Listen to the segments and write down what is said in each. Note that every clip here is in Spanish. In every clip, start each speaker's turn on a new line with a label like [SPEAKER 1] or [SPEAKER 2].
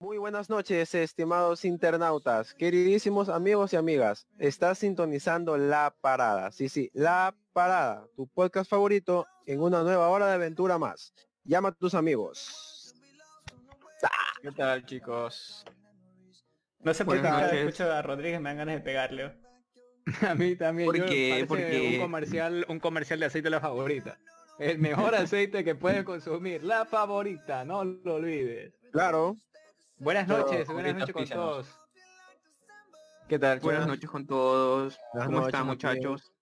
[SPEAKER 1] buenas noches, estimados internautas, queridísimos amigos y amigas. Estás sintonizando La Parada. Sí, sí, La Parada, tu podcast favorito en una nueva hora de aventura más. Llama a tus amigos.
[SPEAKER 2] ¿Qué tal, chicos?
[SPEAKER 3] No sé por qué
[SPEAKER 1] Buenas
[SPEAKER 3] cada vez
[SPEAKER 2] noches.
[SPEAKER 3] escucho a Rodríguez me dan ganas de pegarle.
[SPEAKER 4] A mí también.
[SPEAKER 2] ¿Por
[SPEAKER 4] yo-
[SPEAKER 2] qué?
[SPEAKER 4] parece
[SPEAKER 2] ¿Por qué?
[SPEAKER 4] Un comercial, un comercial de aceite la favorita. El mejor aceite que puedes consumir, la favorita, no lo olvides.
[SPEAKER 1] Claro.
[SPEAKER 4] Buenas
[SPEAKER 2] Pero,
[SPEAKER 4] noches, buenas
[SPEAKER 2] favoritas,
[SPEAKER 4] noches con
[SPEAKER 2] písanos.
[SPEAKER 4] todos.
[SPEAKER 2] ¿Qué tal?
[SPEAKER 1] Buenas
[SPEAKER 2] chicos? Buenas noches con todos.
[SPEAKER 1] Buenas
[SPEAKER 2] ¿Cómo
[SPEAKER 1] noches,
[SPEAKER 2] están,
[SPEAKER 1] Martín.
[SPEAKER 2] muchachos?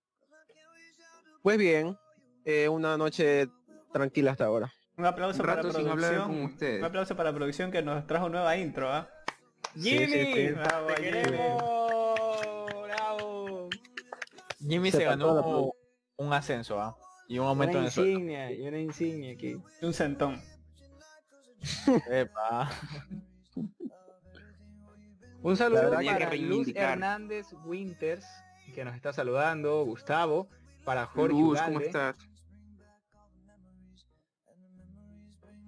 [SPEAKER 1] Pues bien, eh, una noche tranquila hasta ahora.
[SPEAKER 3] Un aplauso
[SPEAKER 2] Un
[SPEAKER 3] para
[SPEAKER 2] rato sin hablar con
[SPEAKER 3] producción. Un
[SPEAKER 2] ustedes.
[SPEAKER 3] aplauso para producción que nos trajo nueva intro, ¿ah?
[SPEAKER 1] sí, sí.
[SPEAKER 3] Bravo,
[SPEAKER 4] ¡Te
[SPEAKER 3] Jimmy.
[SPEAKER 4] queremos! ¡Bravo!
[SPEAKER 5] Jimmy
[SPEAKER 1] Se
[SPEAKER 5] se,
[SPEAKER 1] cantó la
[SPEAKER 5] ganó
[SPEAKER 1] pro-
[SPEAKER 5] un ascenso ¿ah? y un aumento
[SPEAKER 4] Una
[SPEAKER 5] en el sueldo.
[SPEAKER 4] insignia, y una insignia aquí.
[SPEAKER 3] Y un centón.
[SPEAKER 5] Epa.
[SPEAKER 4] Un
[SPEAKER 1] La
[SPEAKER 4] saludo
[SPEAKER 1] verdad que hay
[SPEAKER 2] que
[SPEAKER 4] para Luz
[SPEAKER 2] reivindicar.
[SPEAKER 4] Hernández Winters, que nos está saludando, Gustavo, para Jorge
[SPEAKER 2] Luz,
[SPEAKER 4] Ugalde,
[SPEAKER 5] ¿eh?
[SPEAKER 2] ¿cómo estás?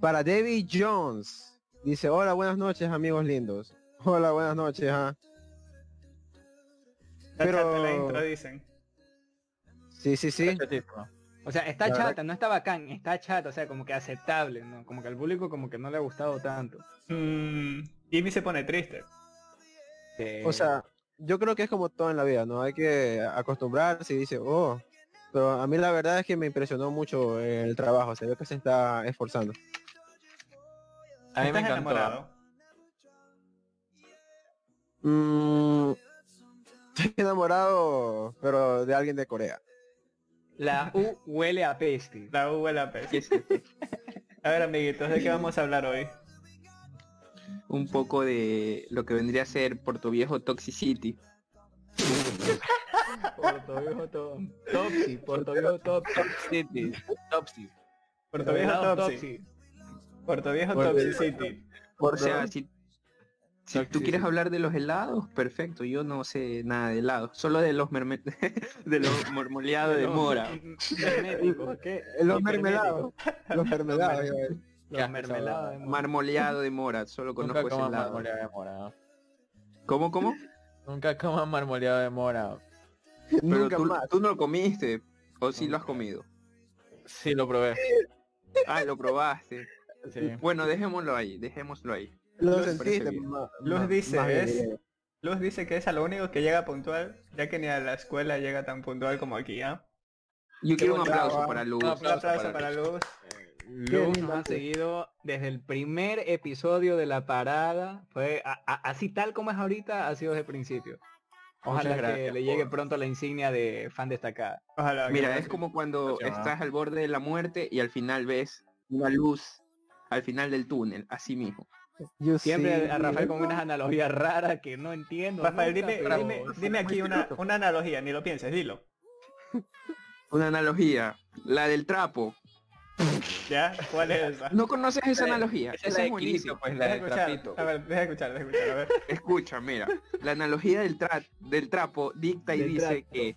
[SPEAKER 1] Para David Jones. Dice, hola, buenas noches, amigos lindos. Hola, buenas noches, ah. Pero-
[SPEAKER 3] Pero... la intro, dicen.
[SPEAKER 1] Sí, sí, sí.
[SPEAKER 5] Este tipo.
[SPEAKER 4] O sea, está
[SPEAKER 1] La verdad-
[SPEAKER 4] chata, no está bacán, está chata, o sea, como que aceptable, ¿no? Como que al público como que no le ha gustado tanto.
[SPEAKER 3] Mm, Jimmy se pone triste.
[SPEAKER 4] Eh,
[SPEAKER 1] O sea, yo creo que es como todo en la vida, ¿no? Hay que acostumbrarse y dice, oh. Pero a mí la verdad es que me impresionó mucho el trabajo. Se ve que se está esforzando.
[SPEAKER 5] A mí me
[SPEAKER 3] ¿Estás
[SPEAKER 5] encantó.
[SPEAKER 3] enamorado?
[SPEAKER 1] Mm, estoy enamorado, pero de alguien de Corea.
[SPEAKER 4] la U huele a peste.
[SPEAKER 3] La U huele a
[SPEAKER 2] ¿Qué
[SPEAKER 5] ¿ah?
[SPEAKER 3] pez.
[SPEAKER 2] es esto?
[SPEAKER 3] A ver, amiguitos, ¿de qué vamos a hablar hoy?
[SPEAKER 2] Un poco de lo que vendría a ser Puerto Viejo Toxicity.
[SPEAKER 4] Puerto Viejo to- Topsy, Puerto Viejo Topsy.
[SPEAKER 5] City, Topsy.
[SPEAKER 3] Puerto Viejo
[SPEAKER 4] Abogado
[SPEAKER 3] Topsy. Puerto Viejo
[SPEAKER 1] Puerto
[SPEAKER 3] Topsy
[SPEAKER 1] Viejo
[SPEAKER 3] City.
[SPEAKER 2] O sea, si, si tú
[SPEAKER 5] Toxicity.
[SPEAKER 2] quieres hablar de los helados, perfecto. Yo no sé nada de helados, solo de los merme- de los mormoleados de
[SPEAKER 4] Los-
[SPEAKER 2] mora.
[SPEAKER 4] Merméticos, ¿qué?
[SPEAKER 1] eh, Los
[SPEAKER 4] Hiperméticos.
[SPEAKER 1] mermelados. Los mermelados. iba a decir.
[SPEAKER 4] Los mermelados de mora.
[SPEAKER 2] Marmoleado de mora, solo
[SPEAKER 5] Nunca
[SPEAKER 2] conozco ese
[SPEAKER 5] coman
[SPEAKER 2] helado.
[SPEAKER 5] marmoleado de mora. ¿ah?
[SPEAKER 2] ¿Cómo, cómo?
[SPEAKER 5] Nunca coman marmoleado de mora.
[SPEAKER 2] Pero
[SPEAKER 1] Nunca
[SPEAKER 2] tú,
[SPEAKER 1] más.
[SPEAKER 2] tú no lo comiste, o sí lo has comido.
[SPEAKER 5] Sí, lo probé.
[SPEAKER 2] Ah, lo probaste.
[SPEAKER 5] Sí.
[SPEAKER 2] Bueno, dejémoslo ahí, dejémoslo ahí.
[SPEAKER 1] Lo
[SPEAKER 2] Luz
[SPEAKER 1] sentiste,
[SPEAKER 2] parece bien.
[SPEAKER 1] mamá.
[SPEAKER 3] Luz
[SPEAKER 1] Más-
[SPEAKER 3] dice,
[SPEAKER 1] más bien,
[SPEAKER 3] ¿ves?
[SPEAKER 1] bien.
[SPEAKER 3] Luz dice que es a lo único que llega puntual, ya que ni a la escuela llega tan puntual como aquí, ¿ah?
[SPEAKER 2] Yo quiero un
[SPEAKER 1] bonito,
[SPEAKER 2] aplauso
[SPEAKER 1] ah.
[SPEAKER 2] para Luz.
[SPEAKER 5] ¿eh? Un
[SPEAKER 3] Un aplauso para
[SPEAKER 5] para
[SPEAKER 3] Luz.
[SPEAKER 4] Luz
[SPEAKER 1] lindo,
[SPEAKER 4] nos han
[SPEAKER 1] tío.
[SPEAKER 4] seguido desde el primer episodio de la parada. Fue a- a- así tal como es ahorita, ha sido desde el principio. Ojalá
[SPEAKER 5] Muchas gracias
[SPEAKER 4] que le llegue
[SPEAKER 5] por-
[SPEAKER 4] pronto la insignia de fan destacada.
[SPEAKER 3] Ojalá. que
[SPEAKER 2] Mira,
[SPEAKER 3] no-
[SPEAKER 2] es como cuando
[SPEAKER 5] Gracias,
[SPEAKER 2] estás al borde de la muerte y al final ves una luz al final del túnel, así mismo.
[SPEAKER 1] Yo
[SPEAKER 4] Siempre
[SPEAKER 1] sí.
[SPEAKER 4] a Rafael con unas analogías raras que no entiendo.
[SPEAKER 3] Rafael,
[SPEAKER 4] nunca,
[SPEAKER 3] dime,
[SPEAKER 4] pero-
[SPEAKER 3] dime, dime aquí una, una analogía, ni lo pienses, dilo.
[SPEAKER 2] Una analogía, la del trapo.
[SPEAKER 3] ¿Ya? ¿Cuál es esa?
[SPEAKER 2] ¿No conoces esa analogía?
[SPEAKER 5] Esa es la de
[SPEAKER 2] buenísima.
[SPEAKER 5] Quilito, pues la
[SPEAKER 3] Deja
[SPEAKER 5] de
[SPEAKER 3] escuchar,
[SPEAKER 5] Trapito.
[SPEAKER 3] a ver, deja escuchar, deja escuchar, a ver.
[SPEAKER 2] Escucha, mira, la analogía del, tra- del trapo dicta y
[SPEAKER 4] Del
[SPEAKER 2] dice
[SPEAKER 4] trapo.
[SPEAKER 2] que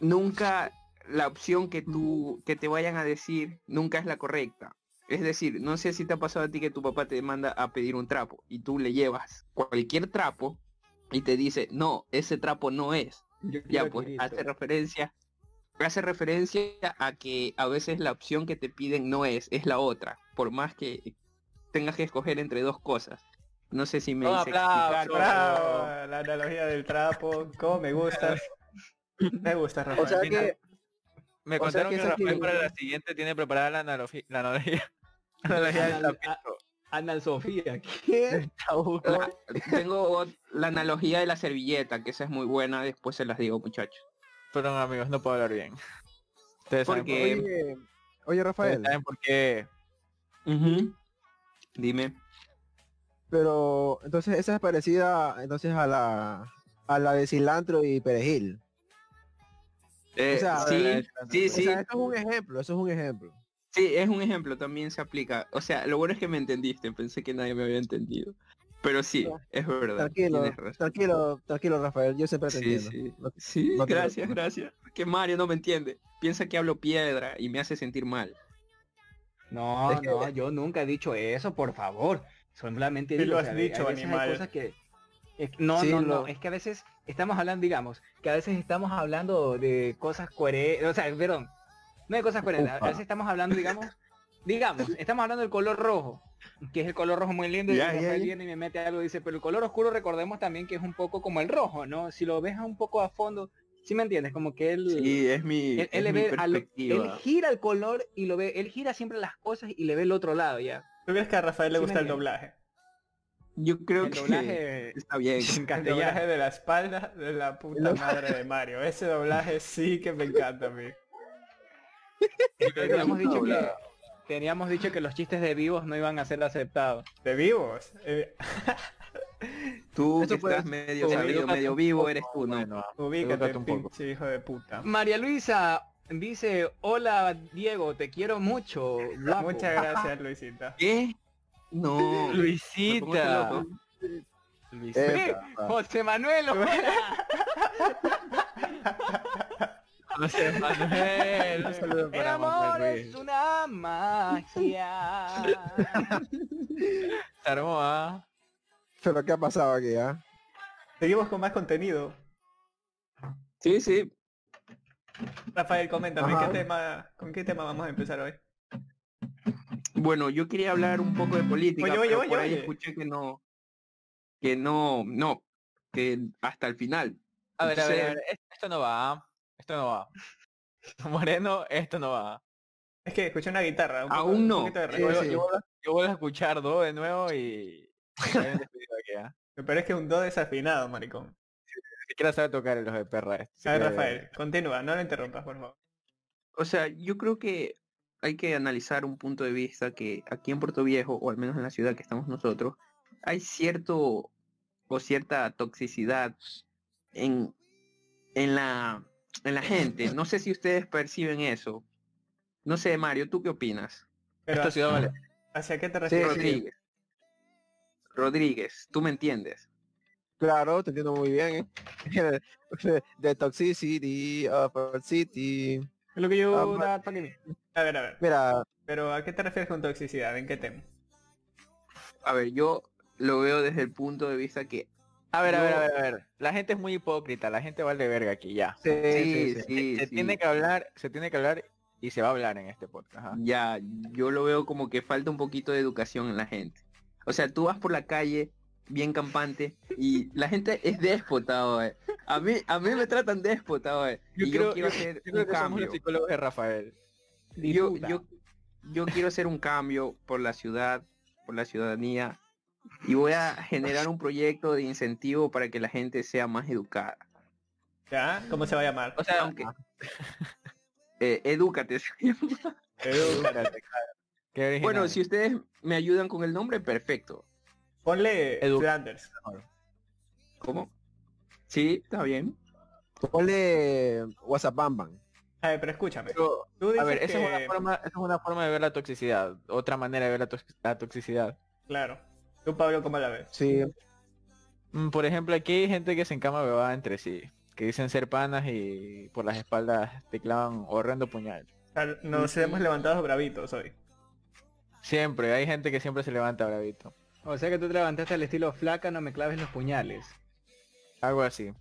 [SPEAKER 2] nunca la opción que tú que te vayan a decir nunca es la correcta. Es decir, no sé si te ha pasado a ti que tu papá te manda a pedir un trapo y tú le llevas cualquier trapo y te dice, "No, ese trapo no es."
[SPEAKER 4] Yo quiero
[SPEAKER 2] Ya pues
[SPEAKER 4] Kirito.
[SPEAKER 2] hace referencia hace referencia a que a veces la opción que te piden no es, es la otra, por más que tengas que escoger entre dos cosas. No sé si me
[SPEAKER 5] Un
[SPEAKER 2] hice
[SPEAKER 5] Oh, aplauso.
[SPEAKER 2] explicar.
[SPEAKER 3] Bravo, la analogía del trapo, cómo me gusta. Me gusta, Rafael.
[SPEAKER 1] O sea que
[SPEAKER 5] Me
[SPEAKER 1] O sea
[SPEAKER 5] contaron
[SPEAKER 1] que
[SPEAKER 5] que
[SPEAKER 1] esa
[SPEAKER 5] Rafael
[SPEAKER 1] tiene-
[SPEAKER 5] para la siguiente tiene preparada la analogía. La analogía. La analogía del
[SPEAKER 4] Anal,
[SPEAKER 5] tapito.
[SPEAKER 4] a- Anal Sofía, ¿qué?
[SPEAKER 2] La- tengo ot- la analogía de la servilleta, que esa es muy buena, después se las digo muchachos.
[SPEAKER 5] Perdón amigos, no puedo hablar bien. Ustedes saben
[SPEAKER 2] Porque-
[SPEAKER 5] por qué.
[SPEAKER 1] oye, oye,
[SPEAKER 5] Ustedes
[SPEAKER 1] Rafael,
[SPEAKER 5] saben por qué.
[SPEAKER 2] Dime.
[SPEAKER 1] pero entonces esa es parecida entonces a la a la de cilantro y perejil.
[SPEAKER 2] Eh,
[SPEAKER 1] O sea,
[SPEAKER 2] sí, sí,
[SPEAKER 1] O
[SPEAKER 2] sí,
[SPEAKER 1] sea, esto es un ejemplo, eso es un ejemplo.
[SPEAKER 2] sí, es un ejemplo, también se aplica. O sea, lo bueno es que me entendiste, pensé que nadie me había entendido. Pero sí,
[SPEAKER 1] No.
[SPEAKER 2] es verdad.
[SPEAKER 1] Tranquilo,
[SPEAKER 2] tienes razón.
[SPEAKER 1] tranquilo, tranquilo, Rafael, yo siempre te
[SPEAKER 2] Sí,
[SPEAKER 1] entiendo.
[SPEAKER 2] sí.
[SPEAKER 1] No-
[SPEAKER 2] Sí,
[SPEAKER 1] no te
[SPEAKER 2] gracias,
[SPEAKER 1] preocupes.
[SPEAKER 2] gracias. Que Mario no me entiende. Piensa que hablo piedra y me hace sentir mal.
[SPEAKER 4] No,
[SPEAKER 1] Es que-
[SPEAKER 4] no, yo nunca he dicho eso, por favor. Solamente
[SPEAKER 3] Sí lo
[SPEAKER 4] digo, o
[SPEAKER 3] has
[SPEAKER 4] sea,
[SPEAKER 3] dicho,
[SPEAKER 4] hay veces hay
[SPEAKER 3] animal.
[SPEAKER 4] cosas que- es que- no,
[SPEAKER 1] Sí,
[SPEAKER 4] no,
[SPEAKER 1] lo-
[SPEAKER 4] no, es que a veces estamos hablando, digamos, que a veces estamos hablando de cosas coherentes, o sea, perdón, no de cosas coherentes, a
[SPEAKER 2] Ufa.
[SPEAKER 4] veces estamos hablando, digamos, digamos, estamos hablando del color rojo, que es el color rojo muy lindo, y
[SPEAKER 2] Ya,
[SPEAKER 4] Rafael
[SPEAKER 2] ya, ya.
[SPEAKER 4] viene y me mete algo y dice, pero el color oscuro recordemos también que es un poco como el rojo, ¿no? Si lo ves un poco a fondo, ¿sí me entiendes? Como que él...
[SPEAKER 2] Sí, es mi,
[SPEAKER 4] Él,
[SPEAKER 2] es
[SPEAKER 4] él le
[SPEAKER 2] mi
[SPEAKER 4] ve al- él
[SPEAKER 2] perspectiva.
[SPEAKER 4] gira el color y lo ve, él gira siempre las cosas y le ve el otro lado ya.
[SPEAKER 3] ¿Tú crees que a Rafael le
[SPEAKER 4] Sí,
[SPEAKER 3] gusta el
[SPEAKER 4] María.
[SPEAKER 3] doblaje?
[SPEAKER 2] Yo creo
[SPEAKER 4] El
[SPEAKER 2] que
[SPEAKER 4] doblaje
[SPEAKER 2] está bien.
[SPEAKER 4] en
[SPEAKER 3] El doblaje
[SPEAKER 4] castellano.
[SPEAKER 3] de la espalda de la puta madre de Mario. Ese doblaje sí que me encanta a mí.
[SPEAKER 4] Teníamos dicho, que,
[SPEAKER 2] Doblado.
[SPEAKER 4] teníamos dicho que los chistes de vivos no iban a ser aceptados.
[SPEAKER 3] De vivos. eh,
[SPEAKER 2] Tú
[SPEAKER 1] Eso
[SPEAKER 2] que
[SPEAKER 1] puede
[SPEAKER 2] estás medio
[SPEAKER 4] ser.
[SPEAKER 2] sabido,
[SPEAKER 4] Educate
[SPEAKER 2] medio
[SPEAKER 4] un
[SPEAKER 2] vivo,
[SPEAKER 4] poco,
[SPEAKER 2] eres tú, ¿no?
[SPEAKER 5] Bueno,
[SPEAKER 3] ubícate,
[SPEAKER 5] Edúcate un poco.
[SPEAKER 3] pinche hijo de puta.
[SPEAKER 4] María Luisa dice, hola Diego, te quiero mucho. guapo".
[SPEAKER 3] Muchas gracias, Luisita.
[SPEAKER 2] ¿Qué? No. ¿Cómo te
[SPEAKER 5] Luisita.
[SPEAKER 2] lo-
[SPEAKER 5] Luisita.
[SPEAKER 1] Esa, pa.
[SPEAKER 4] José Manuel, hola.
[SPEAKER 5] José Manuel, un saludo
[SPEAKER 4] el
[SPEAKER 5] para
[SPEAKER 4] amor
[SPEAKER 5] Manuel
[SPEAKER 4] es
[SPEAKER 5] Ruiz.
[SPEAKER 4] una magia.
[SPEAKER 5] Se armó, ¿ah?
[SPEAKER 1] Pero ¿qué ha pasado aquí, ah?
[SPEAKER 3] Seguimos con más contenido.
[SPEAKER 2] Sí, sí.
[SPEAKER 3] Rafael, coméntame,
[SPEAKER 1] Ajá.
[SPEAKER 3] ¿qué tema, ¿con qué tema vamos a empezar hoy?
[SPEAKER 2] Bueno, yo quería hablar un poco de política,
[SPEAKER 3] Oye, oye,
[SPEAKER 2] pero
[SPEAKER 3] oye,
[SPEAKER 2] por ahí
[SPEAKER 3] oye.
[SPEAKER 2] escuché que no, que no, no, que hasta el final.
[SPEAKER 5] A ver, a ver, a
[SPEAKER 2] Entonces-
[SPEAKER 5] ver, es- Esto no va, ¿ah? Esto no va. Moreno, esto no va.
[SPEAKER 3] Es que escuché una guitarra. Un poco-
[SPEAKER 2] Aún
[SPEAKER 3] un
[SPEAKER 2] no.
[SPEAKER 3] poquito de
[SPEAKER 1] Sí,
[SPEAKER 3] recuerdo.
[SPEAKER 1] sí.
[SPEAKER 5] Yo vuelvo a escuchar dos de nuevo y... me habían despedido aquí, ¿ah?
[SPEAKER 3] Pero es que un do desafinado, maricón.
[SPEAKER 5] Ni siquiera sabe tocar el ojo de perra. este, sí
[SPEAKER 3] A ver,
[SPEAKER 5] que-
[SPEAKER 3] Rafael, continúa, no lo interrumpas, por favor.
[SPEAKER 2] O sea, yo creo que hay que analizar un punto de vista que aquí en Puerto Viejo, o al menos en la ciudad que estamos nosotros, hay cierto o cierta toxicidad en, en, la, en la gente. No sé si ustedes perciben eso. No sé, Mario, ¿tú qué opinas?
[SPEAKER 3] Pero,
[SPEAKER 5] Esta ciudad vale.
[SPEAKER 3] ¿hacia qué te
[SPEAKER 1] Sí,
[SPEAKER 3] refieres?
[SPEAKER 2] Rodríguez. Rodríguez, tú me entiendes.
[SPEAKER 1] Claro, te entiendo muy bien. ¿eh? The Toxicity of our City.
[SPEAKER 4] Es lo que yo...
[SPEAKER 1] Ah,
[SPEAKER 4] da pa' que me-
[SPEAKER 3] A ver, a ver.
[SPEAKER 1] Mira,
[SPEAKER 3] Pero ¿a qué te refieres con toxicidad? ¿En qué tema?
[SPEAKER 2] A ver, yo lo veo desde el punto de vista que...
[SPEAKER 5] A ver, a ver, a
[SPEAKER 2] No.
[SPEAKER 5] ver, a ver. La gente es muy hipócrita, la gente vale verga aquí, ya.
[SPEAKER 1] sí, sí,
[SPEAKER 2] Sí,
[SPEAKER 1] sí.
[SPEAKER 2] sí,
[SPEAKER 5] se
[SPEAKER 2] sí.
[SPEAKER 5] tiene que hablar, se tiene que hablar y se va a hablar en este podcast. ajá.
[SPEAKER 2] Ya, yo lo veo como que falta un poquito de educación en la gente. O sea, tú vas por la calle bien campante y la gente es déspota, oe. A mí, a mí me tratan déspota, oe.
[SPEAKER 5] Yo
[SPEAKER 2] y
[SPEAKER 5] creo-
[SPEAKER 2] yo quiero hacer
[SPEAKER 5] Yo
[SPEAKER 2] un
[SPEAKER 5] creo que somos
[SPEAKER 2] cambio.
[SPEAKER 5] los psicólogos de Rafael.
[SPEAKER 2] Yo,
[SPEAKER 4] Disputa.
[SPEAKER 2] yo, yo quiero hacer un cambio por la ciudad, por la ciudadanía y voy a generar un proyecto de incentivo para que la gente sea más educada.
[SPEAKER 3] ¿Ya? ¿Cómo se va a llamar?
[SPEAKER 2] O sea, aunque... Eh, edúcate.
[SPEAKER 3] Edúcate.
[SPEAKER 5] Qué original.
[SPEAKER 2] bueno, si ustedes me ayudan con el nombre, perfecto.
[SPEAKER 3] Ponle
[SPEAKER 5] Edu-
[SPEAKER 3] Flanders.
[SPEAKER 2] ¿Cómo? Sí, está bien.
[SPEAKER 1] Ponle WhatsApp Bam Bam.
[SPEAKER 3] A ver, pero escúchame.
[SPEAKER 5] Pero,
[SPEAKER 3] Tú dices
[SPEAKER 5] a ver, esa,
[SPEAKER 3] que...
[SPEAKER 5] es una forma, esa es una forma de ver la toxicidad, otra manera de ver la, tox- la toxicidad.
[SPEAKER 3] Claro. Tú, Pablo, ¿cómo la ves?
[SPEAKER 1] Sí,
[SPEAKER 5] Mm, Por ejemplo, aquí hay gente que se encama bebada entre sí, que dicen ser panas y por las espaldas te clavan horrendo puñal.
[SPEAKER 3] O sea, nos hemos levantado bravitos hoy.
[SPEAKER 5] Siempre, hay gente que siempre se levanta bravito.
[SPEAKER 4] O sea que tú te levantaste al estilo flaca, no me claves los puñales.
[SPEAKER 5] Algo así.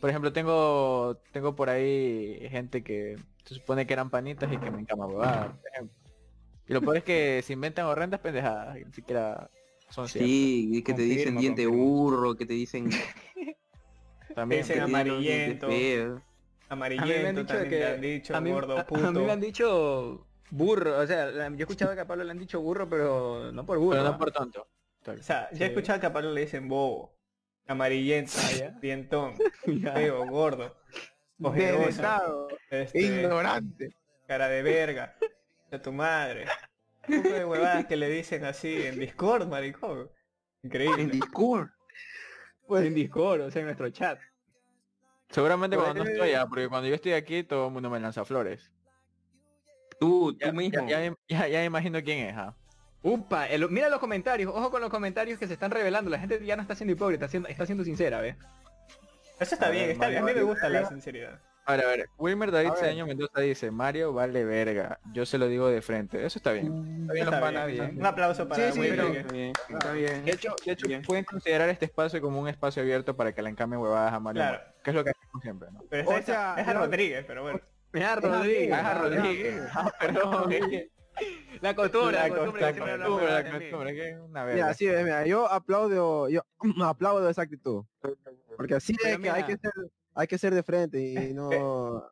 [SPEAKER 5] Por ejemplo, tengo tengo por ahí gente que se supone que eran panitas y que me encama huevadas, por ejemplo. Y lo peor es que se inventan horrendas pendejadas, que ni siquiera son ciertas.
[SPEAKER 2] Sí, y que te dicen
[SPEAKER 4] Confirmo,
[SPEAKER 2] diente de
[SPEAKER 4] confirmo.
[SPEAKER 2] burro, que te dicen que
[SPEAKER 5] También.
[SPEAKER 3] Dicen
[SPEAKER 2] tienen los dientes
[SPEAKER 3] amarillento.
[SPEAKER 2] feos.
[SPEAKER 4] A mí me
[SPEAKER 3] Amarillento
[SPEAKER 4] han dicho
[SPEAKER 3] también
[SPEAKER 4] que-
[SPEAKER 3] te han dicho,
[SPEAKER 4] a mí,
[SPEAKER 3] gordo,
[SPEAKER 4] a- a
[SPEAKER 3] puto.
[SPEAKER 4] mí me han dicho burro, o sea, la- yo he escuchado que a Pablo le han dicho burro, pero no por burro.
[SPEAKER 5] Pero
[SPEAKER 4] ¿ah?
[SPEAKER 5] no por tonto.
[SPEAKER 3] O sea, ya he
[SPEAKER 4] Sí. Ah,
[SPEAKER 3] escuchado que a Pablo le dicen bobo, amarillento,
[SPEAKER 4] ya.
[SPEAKER 3] dientón,
[SPEAKER 4] Ya.
[SPEAKER 3] feo, gordo, ojeroso,
[SPEAKER 1] Devastado,
[SPEAKER 3] este,
[SPEAKER 1] ignorante.
[SPEAKER 3] cara de verga, a tu madre. Un poco de huevadas que le dicen así en Discord, maricón.
[SPEAKER 2] En
[SPEAKER 3] Increíble.
[SPEAKER 2] Discord.
[SPEAKER 4] en Discord, o sea, en nuestro chat.
[SPEAKER 5] Seguramente
[SPEAKER 1] Por
[SPEAKER 5] cuando no
[SPEAKER 1] ahí-
[SPEAKER 5] estoy allá, porque cuando yo estoy aquí todo el mundo me lanza flores.
[SPEAKER 2] Tú, tú
[SPEAKER 5] Ya,
[SPEAKER 2] mismo.
[SPEAKER 5] ya, ya- ya- ya imagino quién es, ¿ah?
[SPEAKER 4] Upa, el- mira los comentarios, ojo con los comentarios que se están revelando, la gente ya no está siendo hipócrita, siendo- está siendo sincera, ¿ves?
[SPEAKER 3] Eso está
[SPEAKER 5] A
[SPEAKER 3] bien,
[SPEAKER 5] ver,
[SPEAKER 3] está bien. A mí me
[SPEAKER 5] Mario,
[SPEAKER 3] gusta la sinceridad.
[SPEAKER 5] A ver, a ver. Wilmer David
[SPEAKER 1] A ver.
[SPEAKER 5] Cedeño Mendoza dice, Mario vale verga. Yo se lo digo de frente. Eso está bien. Mm, Está bien los
[SPEAKER 3] Está
[SPEAKER 5] panas,
[SPEAKER 3] bien.
[SPEAKER 5] bien.
[SPEAKER 3] Un aplauso para
[SPEAKER 5] Sí, sí,
[SPEAKER 3] Wilmer,
[SPEAKER 5] pero-
[SPEAKER 3] que-
[SPEAKER 2] Está bien.
[SPEAKER 5] De hecho, de hecho
[SPEAKER 2] Bien.
[SPEAKER 5] pueden considerar este espacio como un espacio abierto para que le encame huevadas a Mario.
[SPEAKER 3] Claro.
[SPEAKER 5] Mora, Que es lo que hacemos siempre, ¿no?
[SPEAKER 3] Pero
[SPEAKER 1] O
[SPEAKER 3] esa-
[SPEAKER 1] sea,
[SPEAKER 3] esa es
[SPEAKER 1] no.
[SPEAKER 3] Rodríguez, pero bueno.
[SPEAKER 4] Mira, Rodríguez.
[SPEAKER 5] Ah, Rodríguez. Ah, perdón.
[SPEAKER 4] La costumbre, la costumbre.
[SPEAKER 5] La
[SPEAKER 4] que siempre hablamos
[SPEAKER 5] costumbre,
[SPEAKER 4] de
[SPEAKER 5] la
[SPEAKER 4] mí.
[SPEAKER 5] costumbre, que es una
[SPEAKER 1] Mira,
[SPEAKER 5] verga.
[SPEAKER 1] así
[SPEAKER 4] eh,
[SPEAKER 1] es, mira, yo aplaudo, yo aplaudo esa actitud. Porque así
[SPEAKER 5] Pero
[SPEAKER 1] es que hay
[SPEAKER 5] mira. Eh,
[SPEAKER 1] que ser, hay que ser de frente y no.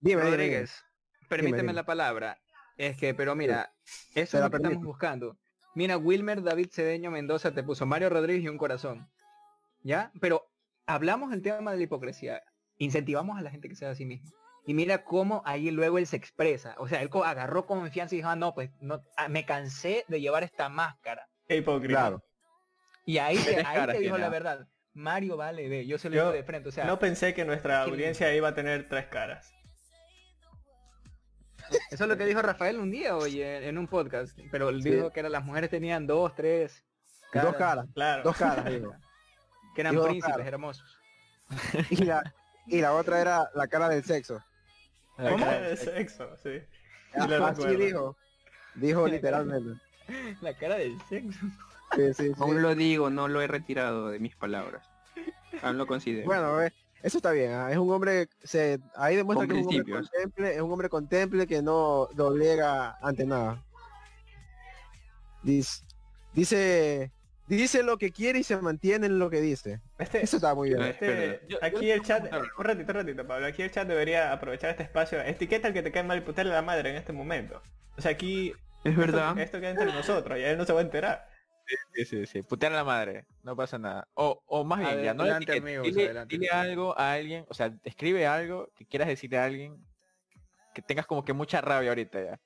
[SPEAKER 1] Dime, dime, dime.
[SPEAKER 4] Rodríguez, permíteme
[SPEAKER 1] dime.
[SPEAKER 4] la palabra. Es que, pero mira, eso
[SPEAKER 1] Te
[SPEAKER 4] es
[SPEAKER 1] la
[SPEAKER 4] lo que estamos
[SPEAKER 1] permito.
[SPEAKER 4] buscando. Mira, Wilmer David Cedeño Mendoza te puso Mario Rodríguez y un corazón. ¿Ya? Pero hablamos del tema de la hipocresía. Incentivamos a la gente que sea a sí misma. Y mira cómo ahí luego él se expresa. O sea, él co- agarró confianza y dijo, ah, no, pues no, ah, me cansé de llevar esta máscara.
[SPEAKER 3] Qué hipócrita.
[SPEAKER 1] Claro.
[SPEAKER 4] Y ahí, te-
[SPEAKER 5] Tres
[SPEAKER 4] ahí
[SPEAKER 5] caras
[SPEAKER 4] te dijo
[SPEAKER 5] tiene,
[SPEAKER 4] la
[SPEAKER 5] ah.
[SPEAKER 4] verdad. Mario vale, ve, yo se lo
[SPEAKER 3] Yo
[SPEAKER 4] digo de frente. O sea,
[SPEAKER 3] No pensé que nuestra
[SPEAKER 4] Sí.
[SPEAKER 3] audiencia iba a tener tres caras.
[SPEAKER 4] Eso es lo que dijo Rafael un día, oye, en un podcast. Pero él dijo que era, las mujeres tenían dos, tres,
[SPEAKER 1] Dos caras,
[SPEAKER 3] Claro.
[SPEAKER 1] dos caras. digo.
[SPEAKER 4] que eran
[SPEAKER 1] Digo,
[SPEAKER 4] príncipes
[SPEAKER 1] claro.
[SPEAKER 4] hermosos.
[SPEAKER 1] Y la, y la otra era la cara del sexo.
[SPEAKER 3] La
[SPEAKER 5] ¿Cómo?
[SPEAKER 3] cara de sexo, sí. Sí, lo
[SPEAKER 1] Ah, así
[SPEAKER 3] recuerdo.
[SPEAKER 1] dijo. Dijo literalmente.
[SPEAKER 4] La cara del sexo.
[SPEAKER 1] Sí, sí, sí.
[SPEAKER 2] Aún lo digo, no lo he retirado de mis palabras. Aún lo considero.
[SPEAKER 1] Bueno, eh, eso está bien. ah, Es un hombre, se, ahí demuestra
[SPEAKER 2] Con
[SPEAKER 1] que es un, hombre
[SPEAKER 2] principios.
[SPEAKER 1] contemple, es un hombre contemple que no doblega ante nada. Dice, dice, dice lo que quiere y se mantiene en lo que dice.
[SPEAKER 3] Este,
[SPEAKER 1] Eso está muy bien.
[SPEAKER 3] este-
[SPEAKER 5] Yo- yo
[SPEAKER 3] aquí
[SPEAKER 5] les
[SPEAKER 3] el chat,
[SPEAKER 5] comentar
[SPEAKER 3] un ratito, un ratito, Pablo, aquí el chat debería aprovechar este espacio. Etiqueta al que te cae mal y putearle a la madre en este momento. O sea, aquí
[SPEAKER 2] es verdad.
[SPEAKER 3] esto queda entre nosotros y él no se va a enterar.
[SPEAKER 5] Sí, sí, sí. Putear a la madre. No pasa nada. O, o más bien, ya no le
[SPEAKER 4] Adelante,
[SPEAKER 5] etiquetes.
[SPEAKER 4] amigos,
[SPEAKER 5] dile,
[SPEAKER 4] adelante.
[SPEAKER 5] dile algo a alguien, o sea, escribe algo que quieras decirle a alguien que tengas como que mucha rabia ahorita ya.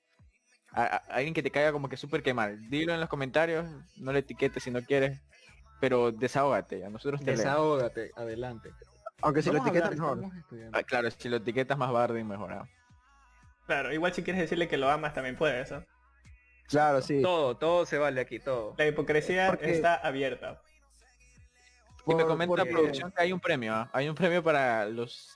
[SPEAKER 5] A, a- alguien que te caiga como que súper que mal. Dilo en los comentarios, no le etiquetes si no quieres, pero desahógate ya. Nosotros te leemos.
[SPEAKER 4] Desahógate, adelante.
[SPEAKER 1] Aunque si lo
[SPEAKER 4] Vamos a
[SPEAKER 1] etiqueta
[SPEAKER 4] hablar,
[SPEAKER 1] mejor.
[SPEAKER 4] estamos estudiando.
[SPEAKER 5] Ah, claro, si lo etiquetas más bardo y mejor. ah.
[SPEAKER 3] Claro, igual si quieres decirle que lo amas también puedes. ¿no?
[SPEAKER 1] Claro, sí.
[SPEAKER 4] Todo, todo se vale aquí, todo.
[SPEAKER 3] La hipocresía
[SPEAKER 1] Porque-
[SPEAKER 3] está abierta.
[SPEAKER 5] Y me
[SPEAKER 1] Por-
[SPEAKER 5] comenta
[SPEAKER 1] porque-
[SPEAKER 5] producción que hay un premio, ah. hay un premio para los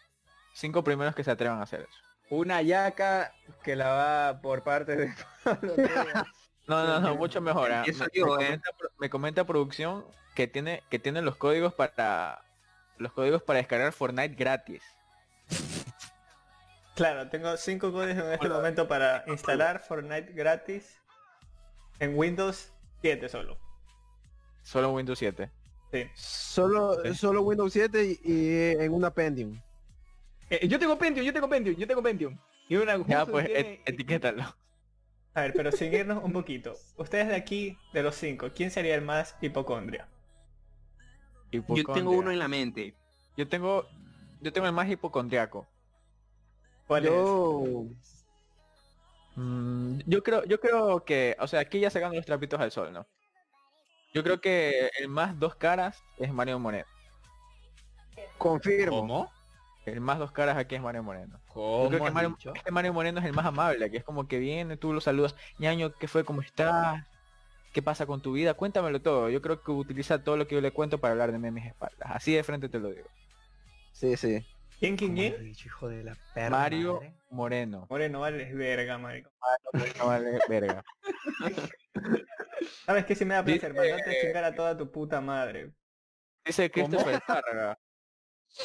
[SPEAKER 5] cinco primeros que se atrevan a hacer eso.
[SPEAKER 4] Una yaca que la va por parte de Pablo. Teo.
[SPEAKER 5] No, no, no, mucho mejor. ah.
[SPEAKER 2] Eso
[SPEAKER 5] Me,
[SPEAKER 2] digo,
[SPEAKER 5] me
[SPEAKER 2] eh.
[SPEAKER 5] comenta, pro- me comenta producción que tiene que tiene los códigos para los códigos para descargar Fortnite gratis.
[SPEAKER 3] Claro, tengo cinco códigos en este momento para instalar Fortnite gratis en Windows 7 solo.
[SPEAKER 5] Solo en Windows 7.
[SPEAKER 3] Sí.
[SPEAKER 1] Solo,
[SPEAKER 5] Sí.
[SPEAKER 1] solo Windows 7 y, y en una Pentium.
[SPEAKER 4] Eh, yo tengo Pentium, yo tengo Pentium, yo tengo Pentium. Y una
[SPEAKER 5] Ya
[SPEAKER 4] justo
[SPEAKER 5] pues
[SPEAKER 4] tiene-
[SPEAKER 5] et- etiquétalo.
[SPEAKER 3] A ver, pero sin irnos un poquito. Ustedes de aquí, de los cinco, ¿quién sería el más hipocondria?
[SPEAKER 2] Yo tengo uno
[SPEAKER 5] Hipocondria.
[SPEAKER 2] en la mente.
[SPEAKER 5] Yo tengo yo tengo el más hipocondriaco.
[SPEAKER 3] ¿Cuál
[SPEAKER 1] Yo,
[SPEAKER 5] Mm, yo creo yo creo que, o sea, aquí ya sacando los trapitos al sol, ¿no? Yo creo que el más dos caras es Mario Moreno.
[SPEAKER 1] confirmo.
[SPEAKER 4] ¿Cómo?
[SPEAKER 5] El más dos caras aquí es Mario Moreno. Yo
[SPEAKER 4] ¿Cómo?
[SPEAKER 5] creo que
[SPEAKER 4] has
[SPEAKER 5] Mario,
[SPEAKER 4] dicho?
[SPEAKER 5] este Mario Moreno es el más amable, que es como que viene, tú lo saludas, ñaño, ¿qué fue? ¿Cómo estás? ¿Qué pasa con tu vida? Cuéntamelo todo. Yo creo que utiliza todo lo que yo le cuento para hablar de mí en mis espaldas. Así de frente te lo digo.
[SPEAKER 1] Sí, sí.
[SPEAKER 3] es? ¿Quién, quién,
[SPEAKER 4] ¿Cómo has
[SPEAKER 3] quién?
[SPEAKER 4] dicho, hijo de la perra
[SPEAKER 5] Mario
[SPEAKER 4] madre?
[SPEAKER 5] Moreno.
[SPEAKER 3] Moreno, vale, verga, marico.
[SPEAKER 5] Ah, No vale verga.
[SPEAKER 3] ¿Sabes qué? Si me da placer,
[SPEAKER 5] Dice-
[SPEAKER 3] mandate
[SPEAKER 4] eh,
[SPEAKER 3] a chingar a toda tu puta madre.
[SPEAKER 5] Dice Christopher Targa. este,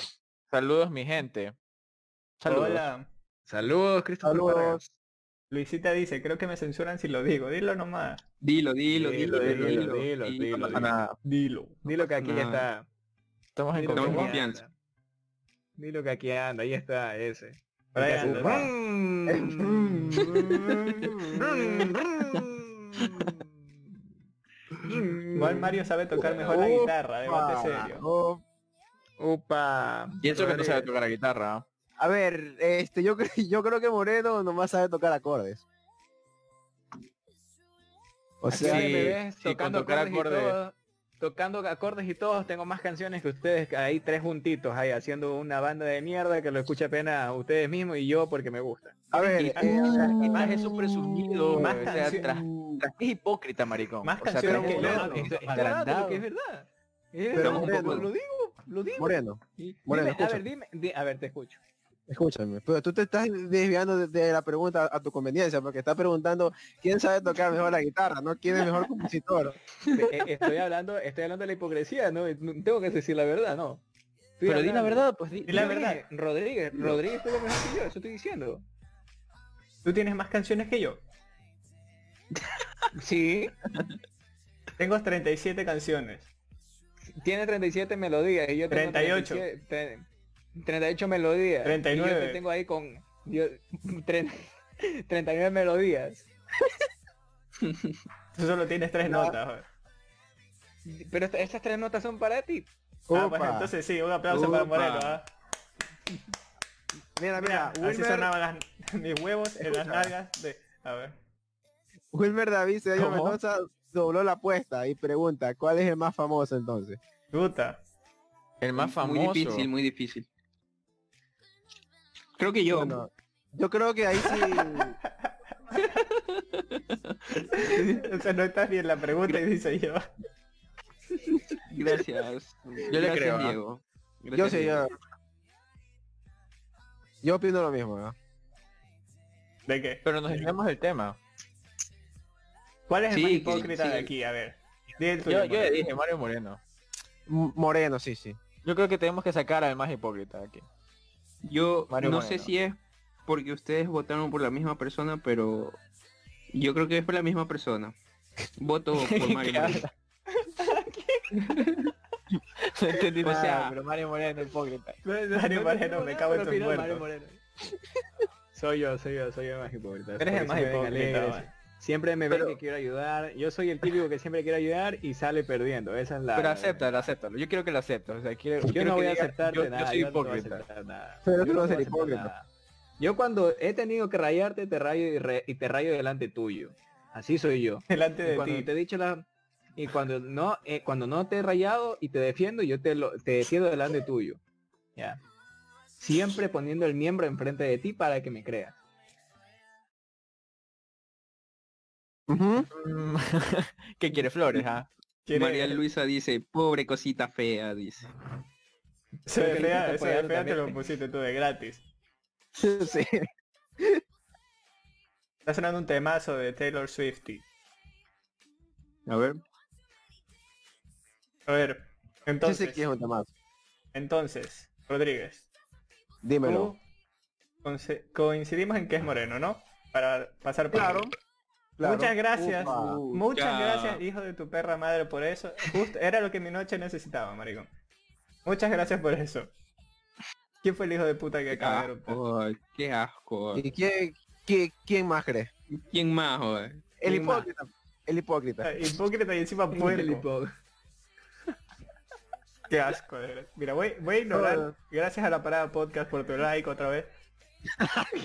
[SPEAKER 5] Saludos mi gente. Saludos.
[SPEAKER 3] Hola.
[SPEAKER 4] Saludos, Cristóbal.
[SPEAKER 1] Saludos.
[SPEAKER 3] Luisita dice, creo que me censuran si lo digo. Dilo nomás.
[SPEAKER 2] Dilo, dilo,
[SPEAKER 4] Dilo,
[SPEAKER 2] dilo,
[SPEAKER 4] dilo,
[SPEAKER 2] dilo,
[SPEAKER 4] dilo, dilo,
[SPEAKER 5] No
[SPEAKER 2] no pasa
[SPEAKER 5] pasa
[SPEAKER 4] dilo.
[SPEAKER 2] nada.
[SPEAKER 5] nada.
[SPEAKER 3] Dilo.
[SPEAKER 4] Dilo que aquí ya
[SPEAKER 2] Nada.
[SPEAKER 4] está.
[SPEAKER 5] Estamos en
[SPEAKER 4] Dilo
[SPEAKER 2] Estamos
[SPEAKER 4] que
[SPEAKER 2] en
[SPEAKER 5] confianza.
[SPEAKER 4] aquí
[SPEAKER 2] confianza.
[SPEAKER 4] anda. Dilo que aquí anda, ahí está ese.
[SPEAKER 3] Por ahí
[SPEAKER 4] Ahí
[SPEAKER 3] anda,
[SPEAKER 4] está.
[SPEAKER 3] ¿no?
[SPEAKER 4] Mm.
[SPEAKER 3] Igual Mario sabe tocar mejor la
[SPEAKER 1] Upa.
[SPEAKER 3] guitarra, debate serio.
[SPEAKER 1] Oh,
[SPEAKER 4] Upa.
[SPEAKER 5] Y eso que no sabe
[SPEAKER 4] Rodríguez.
[SPEAKER 5] tocar la guitarra. ¿ah?
[SPEAKER 1] A ver, este, yo, cre- yo creo que Moreno nomás sabe tocar acordes. O
[SPEAKER 4] O sea,
[SPEAKER 1] sea,
[SPEAKER 5] Sí,
[SPEAKER 4] me ves
[SPEAKER 5] sí, con
[SPEAKER 4] tocando
[SPEAKER 5] tocar
[SPEAKER 4] acordes y
[SPEAKER 5] acordes.
[SPEAKER 4] todo, tocando acordes y todos tengo más canciones que ustedes ahí tres juntitos ahí haciendo una banda de mierda que lo escucha apenas ustedes mismos y yo porque me gusta.
[SPEAKER 1] a ver, Oh.
[SPEAKER 5] Y,
[SPEAKER 1] eh,
[SPEAKER 5] o sea, y
[SPEAKER 4] Ah.
[SPEAKER 5] más es un presumido.
[SPEAKER 3] Más
[SPEAKER 5] o sea,
[SPEAKER 3] cancio-
[SPEAKER 5] tras- tras- es hipócrita, maricón.
[SPEAKER 3] Más
[SPEAKER 5] o sea,
[SPEAKER 3] canciones
[SPEAKER 5] tras-
[SPEAKER 3] que
[SPEAKER 5] es
[SPEAKER 3] yo.
[SPEAKER 5] un
[SPEAKER 4] Esto- esto es verdad,
[SPEAKER 5] agrandado.
[SPEAKER 4] lo que es verdad. Es
[SPEAKER 1] Pero
[SPEAKER 4] verdad,
[SPEAKER 1] Moreno-
[SPEAKER 4] lo digo. Lo digo.
[SPEAKER 1] Moreno, Moreno,
[SPEAKER 4] Dime, a
[SPEAKER 1] escucha.
[SPEAKER 4] ver, dime. di- a ver, te escucho.
[SPEAKER 1] escúchame. Pero tú te estás desviando de, de la pregunta a tu conveniencia, porque estás preguntando quién sabe tocar mejor la guitarra, no quién es mejor compositor.
[SPEAKER 4] Ve, eh, Estoy hablando, estoy hablando de la hipocresía, ¿no? No, Tengo que decir la verdad, ¿no? Estoy
[SPEAKER 5] Pero di la
[SPEAKER 4] hablando-
[SPEAKER 5] verdad, pues di.
[SPEAKER 3] Di la
[SPEAKER 4] Yo dije,
[SPEAKER 3] verdad.
[SPEAKER 4] Rodríguez, Rodríguez tuvo mejor que yo, eso estoy diciendo.
[SPEAKER 3] Tú tienes más canciones que yo.
[SPEAKER 4] Sí,
[SPEAKER 3] Tengo 37 canciones.
[SPEAKER 4] tiene 37 melodías y yo tengo
[SPEAKER 3] 38.
[SPEAKER 4] 37, tre- 38 melodías.
[SPEAKER 3] 39.
[SPEAKER 4] Y yo te tengo ahí con yo, tre- 39 melodías.
[SPEAKER 3] Tú solo tienes tres
[SPEAKER 4] No.
[SPEAKER 3] notas. joder.
[SPEAKER 4] Pero esta- estas tres notas son para ti.
[SPEAKER 3] Ah,
[SPEAKER 1] Upa.
[SPEAKER 3] pues entonces sí, un aplauso para
[SPEAKER 5] Upa.
[SPEAKER 3] Moreno. ¿ah?
[SPEAKER 1] mira, mira,
[SPEAKER 3] Mira, así
[SPEAKER 1] Wilmer,
[SPEAKER 3] sonaban las- mis huevos en las nalgas de... A ver.
[SPEAKER 1] Wilmer David Cedeño
[SPEAKER 5] ¿Cómo?
[SPEAKER 1] Mendoza dobló la apuesta y pregunta, ¿cuál es el más famoso entonces?
[SPEAKER 3] Puta.
[SPEAKER 5] El más famoso.
[SPEAKER 2] Muy difícil, muy difícil. Creo que yo.
[SPEAKER 1] Bueno, yo creo que ahí sí.
[SPEAKER 3] o sea, no estás ni en la pregunta y dice yo.
[SPEAKER 2] Gracias.
[SPEAKER 5] le
[SPEAKER 2] Gracias,
[SPEAKER 5] creo, ¿ah?
[SPEAKER 2] Diego.
[SPEAKER 1] yo
[SPEAKER 2] Gracias,
[SPEAKER 1] sí,
[SPEAKER 2] Diego.
[SPEAKER 1] yo. Yo opino lo mismo, ¿no?
[SPEAKER 3] ¿De qué?
[SPEAKER 5] Pero nos desviamos del tema.
[SPEAKER 3] ¿Cuál es el
[SPEAKER 2] Sí,
[SPEAKER 3] más
[SPEAKER 2] que-
[SPEAKER 3] hipócrita
[SPEAKER 2] sí.
[SPEAKER 3] de aquí? A ver. Di el tuyo,
[SPEAKER 5] Yo, yo
[SPEAKER 3] Moreno.
[SPEAKER 5] le dije Mario Moreno.
[SPEAKER 1] M- Moreno, sí, sí.
[SPEAKER 5] Yo creo que tenemos que sacar al más hipócrita aquí.
[SPEAKER 2] Yo
[SPEAKER 5] Mario
[SPEAKER 2] no sé
[SPEAKER 5] Moreno.
[SPEAKER 2] si es porque ustedes votaron por la misma persona, pero yo creo que es por la misma persona. Voto por Mario
[SPEAKER 5] ¿Qué
[SPEAKER 2] Moreno.
[SPEAKER 5] No entendí
[SPEAKER 2] O
[SPEAKER 5] nada,
[SPEAKER 2] sea-
[SPEAKER 5] Ah, pero Mario Moreno hipócrita.
[SPEAKER 3] Mario Moreno, me cago en
[SPEAKER 4] Pero
[SPEAKER 3] tus
[SPEAKER 4] final,
[SPEAKER 3] muertos.
[SPEAKER 4] Mario Moreno. Soy yo, soy yo, soy yo el más hipócrita.
[SPEAKER 3] Eres el
[SPEAKER 4] Por
[SPEAKER 3] más
[SPEAKER 4] eso me ven
[SPEAKER 3] hipócrita.
[SPEAKER 4] alegre,
[SPEAKER 3] va.
[SPEAKER 4] Siempre me ven
[SPEAKER 5] Pero-
[SPEAKER 4] que quiero ayudar. Yo soy el típico que siempre quiere ayudar y sale perdiendo. Esa es la.
[SPEAKER 5] Pero acéptalo, acéptalo. Yo quiero que lo aceptes. O sea, quiero,
[SPEAKER 4] Yo
[SPEAKER 5] quiero
[SPEAKER 4] no
[SPEAKER 5] que
[SPEAKER 4] voy a
[SPEAKER 5] diga,
[SPEAKER 4] aceptar
[SPEAKER 5] yo,
[SPEAKER 4] de nada.
[SPEAKER 5] Yo soy
[SPEAKER 4] no voy a
[SPEAKER 5] hipócrita.
[SPEAKER 4] aceptar nada.
[SPEAKER 1] Pero
[SPEAKER 4] Yo
[SPEAKER 1] tú no vas a ser
[SPEAKER 4] voy aceptar
[SPEAKER 1] hipócrita.
[SPEAKER 4] nada. Yo cuando he tenido que rayarte, te rayo y, re- y te rayo delante tuyo. Así soy yo.
[SPEAKER 3] Delante
[SPEAKER 4] Y
[SPEAKER 3] de
[SPEAKER 4] cuando
[SPEAKER 3] ti.
[SPEAKER 4] te he dicho la y cuando no eh, cuando no te he rayado y te defiendo yo te lo te defiendo delante tuyo ya siempre poniendo el miembro enfrente de ti para que me creas
[SPEAKER 1] Ujú.
[SPEAKER 5] Mm, ¿Qué quiere flores, ah?
[SPEAKER 3] Quiere-
[SPEAKER 2] María Luisa dice, pobre cosita fea, dice.
[SPEAKER 3] Se ve
[SPEAKER 4] Creo que le
[SPEAKER 3] fea, se
[SPEAKER 4] gusta
[SPEAKER 3] ve
[SPEAKER 4] apoyarlo
[SPEAKER 3] fea, te lo
[SPEAKER 4] también.
[SPEAKER 3] pusiste tú de gratis.
[SPEAKER 1] Sí.
[SPEAKER 3] Está sonando un temazo de Taylor Swifty.
[SPEAKER 2] A ver.
[SPEAKER 3] A ver,
[SPEAKER 1] Yo sé
[SPEAKER 3] entonces,
[SPEAKER 1] que es un tema.
[SPEAKER 3] entonces, Rodríguez, tú
[SPEAKER 1] Dímelo.
[SPEAKER 3] conce- coincidimos en que es moreno, ¿no? Para pasar por
[SPEAKER 1] Claro, Claro.
[SPEAKER 3] Muchas gracias,
[SPEAKER 1] Upa.
[SPEAKER 5] Uh.
[SPEAKER 3] muchas
[SPEAKER 2] Ya.
[SPEAKER 3] gracias, hijo de tu perra madre, por eso. Justo, era lo que mi noche necesitaba, maricón. Muchas gracias por eso. ¿Quién fue el hijo de puta que
[SPEAKER 2] Qué
[SPEAKER 3] acaba de
[SPEAKER 5] pues.
[SPEAKER 3] eruptar?
[SPEAKER 2] asco, ay, qué asco. ay.
[SPEAKER 1] ¿Y quién, quién, quién más cree?
[SPEAKER 2] ¿Quién más, ay?
[SPEAKER 1] El
[SPEAKER 4] ¿Quién más?
[SPEAKER 1] hipócrita. El hipócrita.
[SPEAKER 3] Ah, Hipócrita y encima
[SPEAKER 4] El
[SPEAKER 3] puerco.
[SPEAKER 4] hipo-
[SPEAKER 3] Qué asco, de verdad. Mira, voy, voy a ignorar.
[SPEAKER 1] Hola.
[SPEAKER 3] Gracias a la parada podcast por tu like otra vez.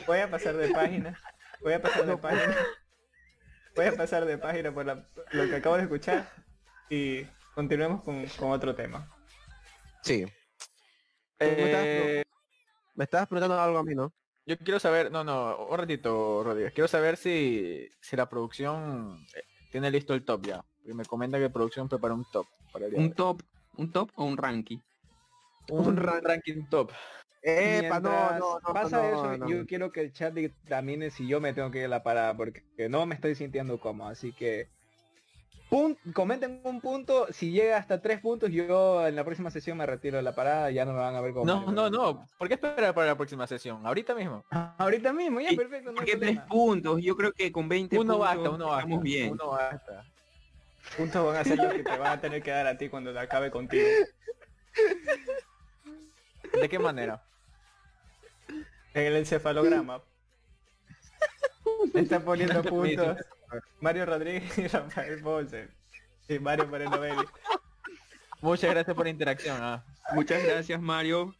[SPEAKER 3] Voy a pasar de página. Voy a pasar de página. Voy a pasar de página por la- lo que acabo de escuchar. Y continuemos con, con otro tema.
[SPEAKER 1] Sí. me estás
[SPEAKER 5] Eh,
[SPEAKER 1] Me estabas preguntando algo a mí, ¿no?
[SPEAKER 5] Yo quiero saber, no, no, un ratito, Rodríguez. Quiero saber si, si la producción eh, tiene listo el top ya. Y me comenta que producción preparó un top para el día de
[SPEAKER 2] ¿Un
[SPEAKER 5] hoy.
[SPEAKER 2] top? ¿Un top o un ranking?
[SPEAKER 5] un ra- ranking top.
[SPEAKER 1] Epa, no,
[SPEAKER 4] Mientras
[SPEAKER 1] no, no.
[SPEAKER 4] pasa
[SPEAKER 1] no,
[SPEAKER 4] eso
[SPEAKER 1] no.
[SPEAKER 4] yo quiero que el chat también si yo me tengo que ir a la parada porque no me estoy sintiendo cómodo así que pun- comenten un punto si llega hasta tres puntos yo en la próxima sesión me retiro de la parada ya no me van a ver como
[SPEAKER 5] No, no, no. ¿Por qué esperar para la próxima sesión? Ahorita mismo.
[SPEAKER 4] Ah, ahorita mismo ya
[SPEAKER 2] ¿Y
[SPEAKER 4] perfecto no hay
[SPEAKER 2] Porque tres
[SPEAKER 4] problema. Este
[SPEAKER 2] puntos, yo creo que con 20
[SPEAKER 5] Uno
[SPEAKER 2] puntos
[SPEAKER 5] basta, uno basta.
[SPEAKER 2] estamos bien.
[SPEAKER 5] Uno basta.
[SPEAKER 3] Puntos van a ser los que te van a tener que dar a ti cuando te acabe contigo.
[SPEAKER 5] ¿De qué manera?
[SPEAKER 3] En el encefalograma. Están poniendo puntos Mario Rodríguez y Rafael Bolsen. Y Mario Moreno Belli.
[SPEAKER 5] Muchas gracias por la interacción. ah.
[SPEAKER 2] Muchas gracias, Mario.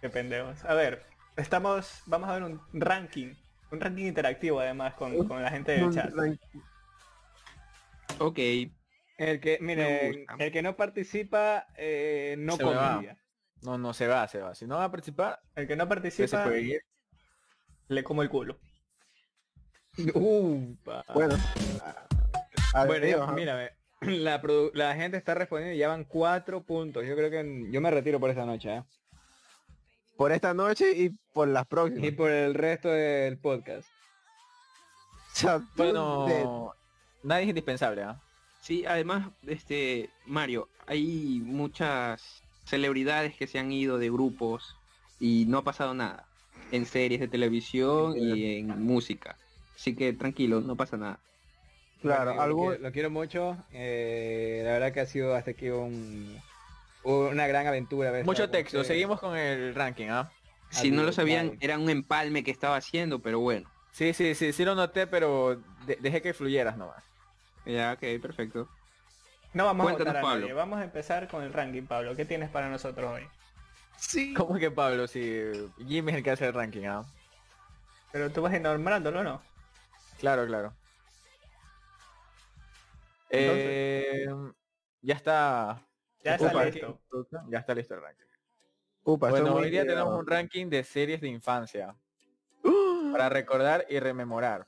[SPEAKER 3] Qué pendejos. A ver, estamos, vamos a ver un ranking, un ranking interactivo además con, con la gente del chat.
[SPEAKER 2] Ok.
[SPEAKER 4] El que,
[SPEAKER 2] Me
[SPEAKER 4] miren,
[SPEAKER 2] gusta.
[SPEAKER 4] el que no participa eh, no
[SPEAKER 5] Se me va.
[SPEAKER 4] confía.
[SPEAKER 5] No, no, se va, se va. Si no va a participar,
[SPEAKER 3] El que no
[SPEAKER 5] que se
[SPEAKER 3] participa,
[SPEAKER 5] puede ir.
[SPEAKER 3] le como el culo.
[SPEAKER 4] Upa.
[SPEAKER 1] Bueno. A-
[SPEAKER 4] Bueno,
[SPEAKER 1] adiós,
[SPEAKER 4] ya,
[SPEAKER 1] ¿ah?
[SPEAKER 3] pues,
[SPEAKER 4] mírame.
[SPEAKER 6] la, produ- la gente está respondiendo y ya van cuatro puntos. Yo creo que en- yo me retiro por esta noche, ¿ah?
[SPEAKER 1] Por esta noche y por las próximas.
[SPEAKER 6] Y por el resto del podcast.
[SPEAKER 1] O sea, tú te-
[SPEAKER 4] Bueno, nadie es indispensable, ¿ah?
[SPEAKER 2] Sí, además, este, Mario, hay muchas celebridades que se han ido de grupos y no ha pasado nada en series de televisión y en música. Así que tranquilo, no pasa nada.
[SPEAKER 1] claro,
[SPEAKER 6] Amigo,
[SPEAKER 1] algo
[SPEAKER 6] Lo quiero, lo quiero mucho. eh, la verdad que ha sido hasta aquí un, una gran aventura. haber
[SPEAKER 4] Mucho
[SPEAKER 6] estado con
[SPEAKER 4] texto,
[SPEAKER 6] ustedes.
[SPEAKER 4] seguimos con el ranking, ¿ah?
[SPEAKER 2] Si no lo
[SPEAKER 6] Adiós,
[SPEAKER 2] sabían,
[SPEAKER 6] Mario.
[SPEAKER 2] era un empalme que estaba haciendo, pero bueno.
[SPEAKER 4] Sí, sí, sí, sí lo noté, pero de- dejé que fluyeras nomás.
[SPEAKER 2] Ya, ok, perfecto.
[SPEAKER 3] No vamos
[SPEAKER 2] Cuéntanos,
[SPEAKER 3] a votar a
[SPEAKER 2] Pablo.
[SPEAKER 3] nadie. Vamos a empezar con el ranking, Pablo. ¿Qué tienes para nosotros hoy?
[SPEAKER 1] sí.
[SPEAKER 4] ¿Cómo que Pablo? Si Jimmy es el que hace el ranking, ¿ah?
[SPEAKER 3] Pero tú vas enumerándolo, ¿no?
[SPEAKER 4] Claro, claro.
[SPEAKER 3] Entonces-
[SPEAKER 4] Eh, ya está.
[SPEAKER 3] Ya está
[SPEAKER 4] Upa,
[SPEAKER 3] listo.
[SPEAKER 4] Ya está listo el ranking.
[SPEAKER 1] Upa, estoy
[SPEAKER 4] Bueno,
[SPEAKER 1] muy
[SPEAKER 4] hoy día
[SPEAKER 1] intrigado.
[SPEAKER 4] tenemos un ranking de series de infancia. Para recordar y rememorar.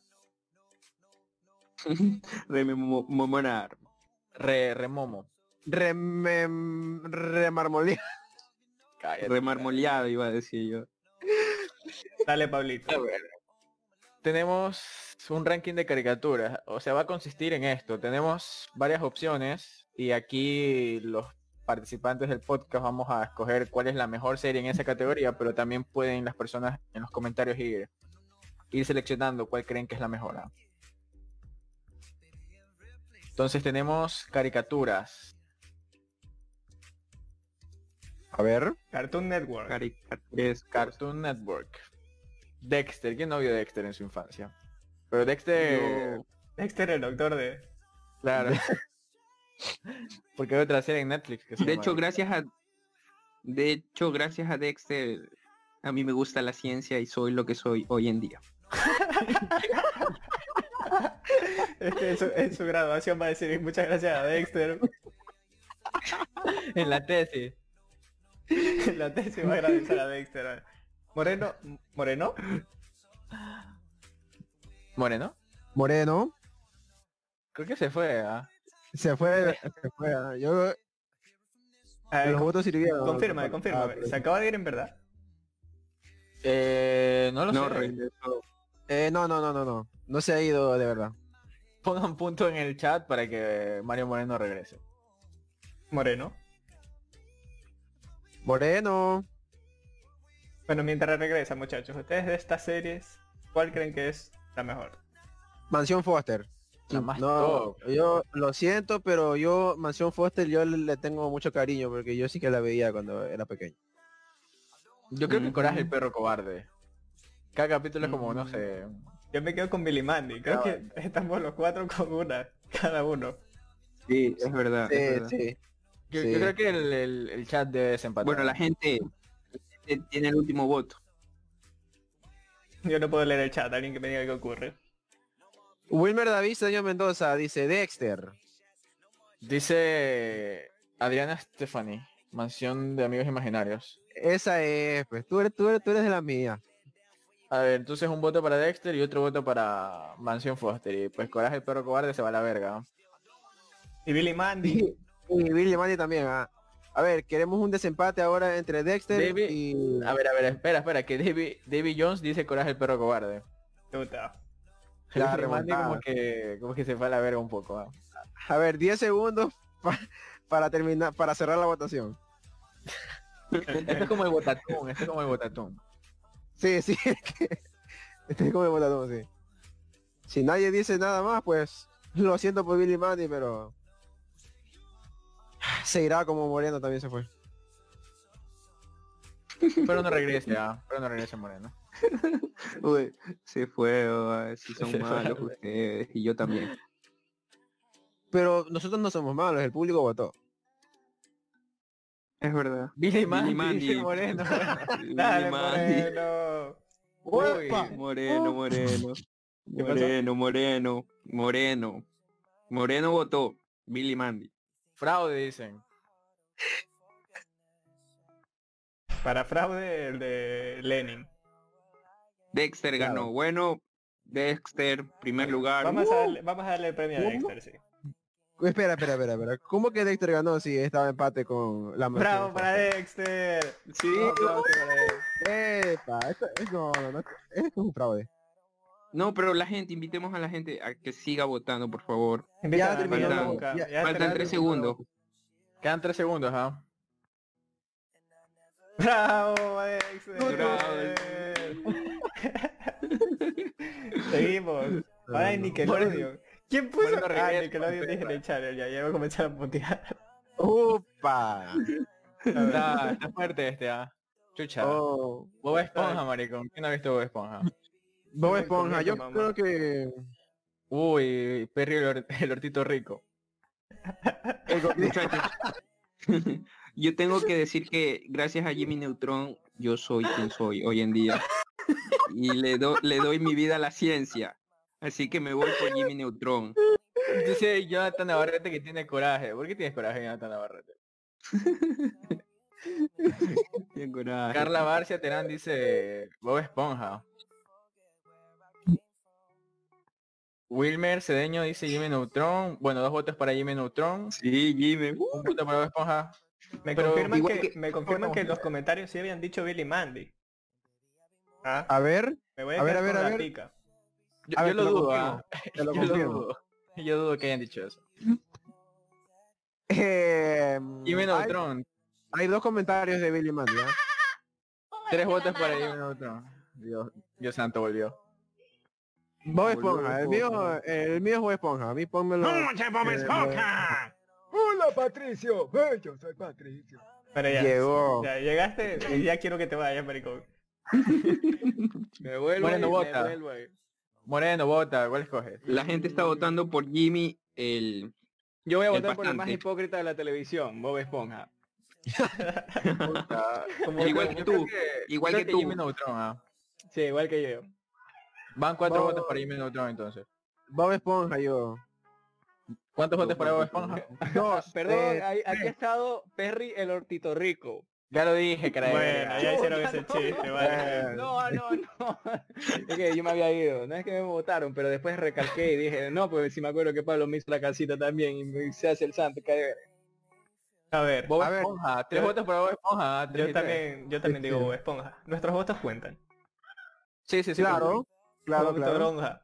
[SPEAKER 2] Rememorar.
[SPEAKER 4] Re remomo.
[SPEAKER 1] Remem- remarmolea.
[SPEAKER 4] Cállate.
[SPEAKER 2] Remarmoleado, iba a decir yo.
[SPEAKER 3] Dale, Pablito.
[SPEAKER 4] A ver. Tenemos un ranking de caricaturas. O sea, va a consistir en esto. Tenemos varias opciones y aquí los participantes del podcast vamos a escoger cuál es la mejor serie en esa categoría, pero también pueden las personas en los comentarios ir, ir seleccionando cuál creen que es la mejor. ¿ah? Entonces tenemos caricaturas.
[SPEAKER 1] A ver.
[SPEAKER 3] Cartoon Network.
[SPEAKER 4] Es Cartoon Network. Dexter. ¿Quién no vio Dexter en su infancia? Pero Dexter...
[SPEAKER 2] Yo-
[SPEAKER 3] Dexter, el doctor de...
[SPEAKER 4] Claro. Porque hay otra serie en Netflix que se
[SPEAKER 2] De
[SPEAKER 4] llama
[SPEAKER 2] hecho,
[SPEAKER 4] Dexter.
[SPEAKER 2] gracias a de hecho, gracias a Dexter, a mí me gusta la ciencia y soy lo que soy hoy en día.
[SPEAKER 3] Este, en, su, en su graduación va a decir muchas gracias a Dexter.
[SPEAKER 4] en la tesis.
[SPEAKER 3] La tesis va a agradecer a Dexter. Moreno, Moreno,
[SPEAKER 4] Moreno.
[SPEAKER 1] Moreno.
[SPEAKER 4] Creo que se fue, ¿ah?
[SPEAKER 1] Se fue. Se fue. ah, Yo,
[SPEAKER 3] A ver,
[SPEAKER 1] los
[SPEAKER 3] con-
[SPEAKER 1] votos sirvieron.
[SPEAKER 3] confirma, confirma.
[SPEAKER 1] Ah, pero-
[SPEAKER 3] Se acaba de ir en verdad.
[SPEAKER 4] Eh, no lo
[SPEAKER 2] No,
[SPEAKER 4] sé.
[SPEAKER 2] regresó.
[SPEAKER 1] Eh, no, no, no, no, no. No se ha ido de verdad.
[SPEAKER 4] Pongan punto en el chat para que Mario Moreno regrese.
[SPEAKER 3] Moreno.
[SPEAKER 1] Moreno.
[SPEAKER 3] Bueno, mientras regresa, muchachos, ustedes de estas series, ¿cuál creen que es la mejor?
[SPEAKER 1] Mansión Foster.
[SPEAKER 4] La más
[SPEAKER 1] no,
[SPEAKER 4] top.
[SPEAKER 1] yo lo siento, pero yo, Mansión Foster, yo le, le tengo mucho cariño porque yo sí que la veía cuando era pequeño.
[SPEAKER 4] Yo creo que
[SPEAKER 2] Ujú.
[SPEAKER 4] Coraje el perro cobarde. Cada capítulo es como, no
[SPEAKER 3] Mm.
[SPEAKER 4] sé.
[SPEAKER 3] Yo me quedo con Billy Mandy. Creo
[SPEAKER 4] Ah,
[SPEAKER 3] que estamos los cuatro con una, cada uno.
[SPEAKER 2] eh, Sí, es verdad. es verdad.
[SPEAKER 1] sí.
[SPEAKER 4] Yo,
[SPEAKER 1] Sí.
[SPEAKER 4] yo creo que el, el- el chat debe desempatar.
[SPEAKER 2] Bueno, la gente, la gente tiene el último voto.
[SPEAKER 3] Yo no puedo leer el chat, alguien que me diga qué ocurre.
[SPEAKER 1] Wilmer David Señor Mendoza dice Dexter.
[SPEAKER 4] Dice Adriana Stephanie, mansión de amigos imaginarios.
[SPEAKER 1] Esa es, pues tú eres, tú eres, tú eres de la mía.
[SPEAKER 4] A ver, entonces un voto para Dexter y otro voto para Mansión Foster. Y pues Coraje el perro cobarde se va a la verga.
[SPEAKER 3] Y Billy Mandy.
[SPEAKER 1] Y Billy Mandy también. ah. A ver, queremos un desempate ahora entre Dexter
[SPEAKER 4] David-
[SPEAKER 1] y...
[SPEAKER 4] A ver, a ver, espera, espera, que David, David Jones dice Coraje el perro cobarde.
[SPEAKER 3] Puta.
[SPEAKER 1] La
[SPEAKER 4] Mandy
[SPEAKER 1] remontada.
[SPEAKER 4] como que, como que se fue a la verga un poco. ah.
[SPEAKER 1] A ver, 10 segundos pa- para terminar, para cerrar la votación.
[SPEAKER 4] Esto es como el botatún, esto es como el botatún.
[SPEAKER 1] Sí, sí, es que- estoy como votando, sí. Si nadie dice nada más, pues lo siento por Billy Mandy, pero se irá como Moreno también se fue.
[SPEAKER 4] Pero no regrese, ah, pero no regrese Moreno.
[SPEAKER 2] Uy, se fue, oh, si son
[SPEAKER 4] Se fue a la
[SPEAKER 2] malos
[SPEAKER 4] verga.
[SPEAKER 2] ustedes y yo también.
[SPEAKER 1] Pero nosotros no somos malos, el público votó.
[SPEAKER 2] Es verdad.
[SPEAKER 4] Billy
[SPEAKER 2] Mandy,
[SPEAKER 4] Mandy,
[SPEAKER 2] dice
[SPEAKER 4] Moreno.
[SPEAKER 3] Dale,
[SPEAKER 2] Dale, Moreno.
[SPEAKER 3] Moreno.
[SPEAKER 4] Uy,
[SPEAKER 1] ¡Uepa!
[SPEAKER 2] Moreno, Moreno.
[SPEAKER 4] pasó?
[SPEAKER 2] Moreno, Moreno. Moreno. Moreno votó. Billy Mandy.
[SPEAKER 4] Fraude dicen.
[SPEAKER 3] Para fraude, el de Lenin.
[SPEAKER 2] Dexter
[SPEAKER 1] Claro.
[SPEAKER 2] ganó. Bueno, Dexter, primer lugar. Uh,
[SPEAKER 3] Vamos a darle, vamos a darle el premio a
[SPEAKER 1] ¿Cómo?
[SPEAKER 3] Dexter, sí.
[SPEAKER 1] Espera, espera, espera, espera. ¿Cómo que Dexter ganó si estaba empate con la mayoría?
[SPEAKER 3] Bravo para Dexter.
[SPEAKER 2] Sí,
[SPEAKER 3] Un aplauso para él.
[SPEAKER 1] Epa, esto, es- no, no, no, esto es un fraude.
[SPEAKER 2] no, pero la gente, invitemos a la gente a que siga votando, por favor.
[SPEAKER 3] Invita a
[SPEAKER 1] terminó
[SPEAKER 3] Daniel
[SPEAKER 2] la
[SPEAKER 3] Boca.
[SPEAKER 1] boca.
[SPEAKER 3] Ya
[SPEAKER 2] Faltan
[SPEAKER 3] terminó
[SPEAKER 2] tres
[SPEAKER 3] la boca.
[SPEAKER 2] segundos.
[SPEAKER 5] Quedan tres segundos, ¿ah?
[SPEAKER 3] Bravo, Dexter.
[SPEAKER 2] Bravo.
[SPEAKER 3] Seguimos. Ahora en Nickelodeon. ¿Quién puso?
[SPEAKER 2] Bueno,
[SPEAKER 3] ah,
[SPEAKER 2] regreso,
[SPEAKER 3] Nickelodeon dije en el channel, ya, ya voy a comenzar a puntear.
[SPEAKER 1] Upa.
[SPEAKER 3] A ver.
[SPEAKER 5] Está, está fuerte este, ¿ah? Chucha.
[SPEAKER 1] Oh.
[SPEAKER 5] Bob Esponja, maricón. ¿Quién ha visto Bob Esponja?
[SPEAKER 1] Bob
[SPEAKER 3] Voy
[SPEAKER 1] Esponja,
[SPEAKER 3] con
[SPEAKER 1] yo
[SPEAKER 3] esto,
[SPEAKER 1] creo
[SPEAKER 3] mamá.
[SPEAKER 1] que
[SPEAKER 5] Uy, Perry el, or- el hortito rico.
[SPEAKER 2] Muchachos, yo tengo que decir que gracias a Jimmy Neutron yo soy quien soy hoy en día. Y le, do- le doy mi vida a la ciencia. Así que me voy por Jimmy Neutron.
[SPEAKER 5] Dice Jonathan Navarrete que tiene coraje. ¿Por qué tienes coraje, Jonathan Navarrete?
[SPEAKER 2] Qué coraje.
[SPEAKER 5] Carla Barcia Terán dice Bob Esponja. Wilmer Cedeño dice Jimmy Neutron. Bueno, dos votos para Jimmy Neutron.
[SPEAKER 2] Sí, Jimmy.
[SPEAKER 5] Un voto para Bob Esponja.
[SPEAKER 3] Me
[SPEAKER 5] Pero
[SPEAKER 3] confirman,
[SPEAKER 2] igual
[SPEAKER 3] que,
[SPEAKER 2] que-
[SPEAKER 3] me confirman que en los comentarios sí habían dicho Billy Mandy. Ah,
[SPEAKER 1] a ver,
[SPEAKER 3] me voy a,
[SPEAKER 1] a ver,
[SPEAKER 3] quedar
[SPEAKER 1] a ver,
[SPEAKER 3] con
[SPEAKER 1] a
[SPEAKER 3] la
[SPEAKER 1] ver.
[SPEAKER 3] pica.
[SPEAKER 5] Yo,
[SPEAKER 1] A
[SPEAKER 5] yo
[SPEAKER 1] ver,
[SPEAKER 5] lo
[SPEAKER 1] te lo
[SPEAKER 5] dudo, ah.
[SPEAKER 1] te lo
[SPEAKER 5] Yo lo
[SPEAKER 1] confirmo.
[SPEAKER 5] dudo. Yo dudo que hayan dicho eso.
[SPEAKER 1] Eh,
[SPEAKER 5] Jimmy
[SPEAKER 1] hay,
[SPEAKER 5] Neutron.
[SPEAKER 1] hay dos comentarios de Billy Mandy. ¿ah?
[SPEAKER 5] Tres votos para Jimmy Neutron. Dios, Dios santo volvió.
[SPEAKER 1] Bob
[SPEAKER 2] Volvió
[SPEAKER 1] Esponja, el
[SPEAKER 2] Bob
[SPEAKER 1] mío,
[SPEAKER 2] Esponja.
[SPEAKER 1] el mío es Bob Esponja, a mí pónmelo. eh,
[SPEAKER 5] Hola Patricio. Yo soy Patricio.
[SPEAKER 3] Pero ya,
[SPEAKER 1] Llegó.
[SPEAKER 3] ya, llegaste y ya quiero que te vayas, maricón.
[SPEAKER 5] Me vuelvo. Moreno vota. Moreno vota. ¿Cuál escoges?
[SPEAKER 2] La gente está votando por Jimmy el...
[SPEAKER 4] Yo voy a
[SPEAKER 2] El
[SPEAKER 4] votar por el más
[SPEAKER 2] bastante.
[SPEAKER 4] hipócrita de la televisión, Bob Esponja.
[SPEAKER 3] Como
[SPEAKER 2] Igual
[SPEAKER 3] que-
[SPEAKER 2] que
[SPEAKER 5] Yo
[SPEAKER 2] tú.
[SPEAKER 5] creo que-
[SPEAKER 2] igual
[SPEAKER 5] creo
[SPEAKER 2] que tú.
[SPEAKER 5] Jimmy Neutron, ah.
[SPEAKER 4] Sí, igual que yo.
[SPEAKER 5] Van cuatro
[SPEAKER 1] Bob-
[SPEAKER 5] votos para Jimmy Neutron entonces.
[SPEAKER 1] Bob Esponja yo.
[SPEAKER 5] ¿Cuántos votos
[SPEAKER 2] Dos
[SPEAKER 5] para Bob
[SPEAKER 2] votos.
[SPEAKER 5] Esponja?
[SPEAKER 1] Dos, eh,
[SPEAKER 4] Perdón,
[SPEAKER 1] tres,
[SPEAKER 4] ahí- aquí ha estado Perry el Hortito Rico.
[SPEAKER 5] Ya lo dije, caray.
[SPEAKER 3] Bueno, ya hicieron ese chiste, vale.
[SPEAKER 4] No, no, no. Es que yo me había ido. No es que me votaron, pero después recalqué y dije, no, pues si me acuerdo que Pablo me hizo la casita también y me- se hace el santo. cae de verga.
[SPEAKER 3] A ver,
[SPEAKER 5] Bob
[SPEAKER 1] A ver,
[SPEAKER 5] Esponja, tres
[SPEAKER 3] yo-
[SPEAKER 5] votos para Bob Esponja. ah, tres
[SPEAKER 3] yo
[SPEAKER 5] y tres.
[SPEAKER 3] también, yo también digo
[SPEAKER 1] Sí.
[SPEAKER 3] Bob Esponja. Nuestros votos cuentan.
[SPEAKER 5] Sí, sí, sí.
[SPEAKER 1] claro, claro,
[SPEAKER 3] Voto
[SPEAKER 1] claro.
[SPEAKER 3] Bronja.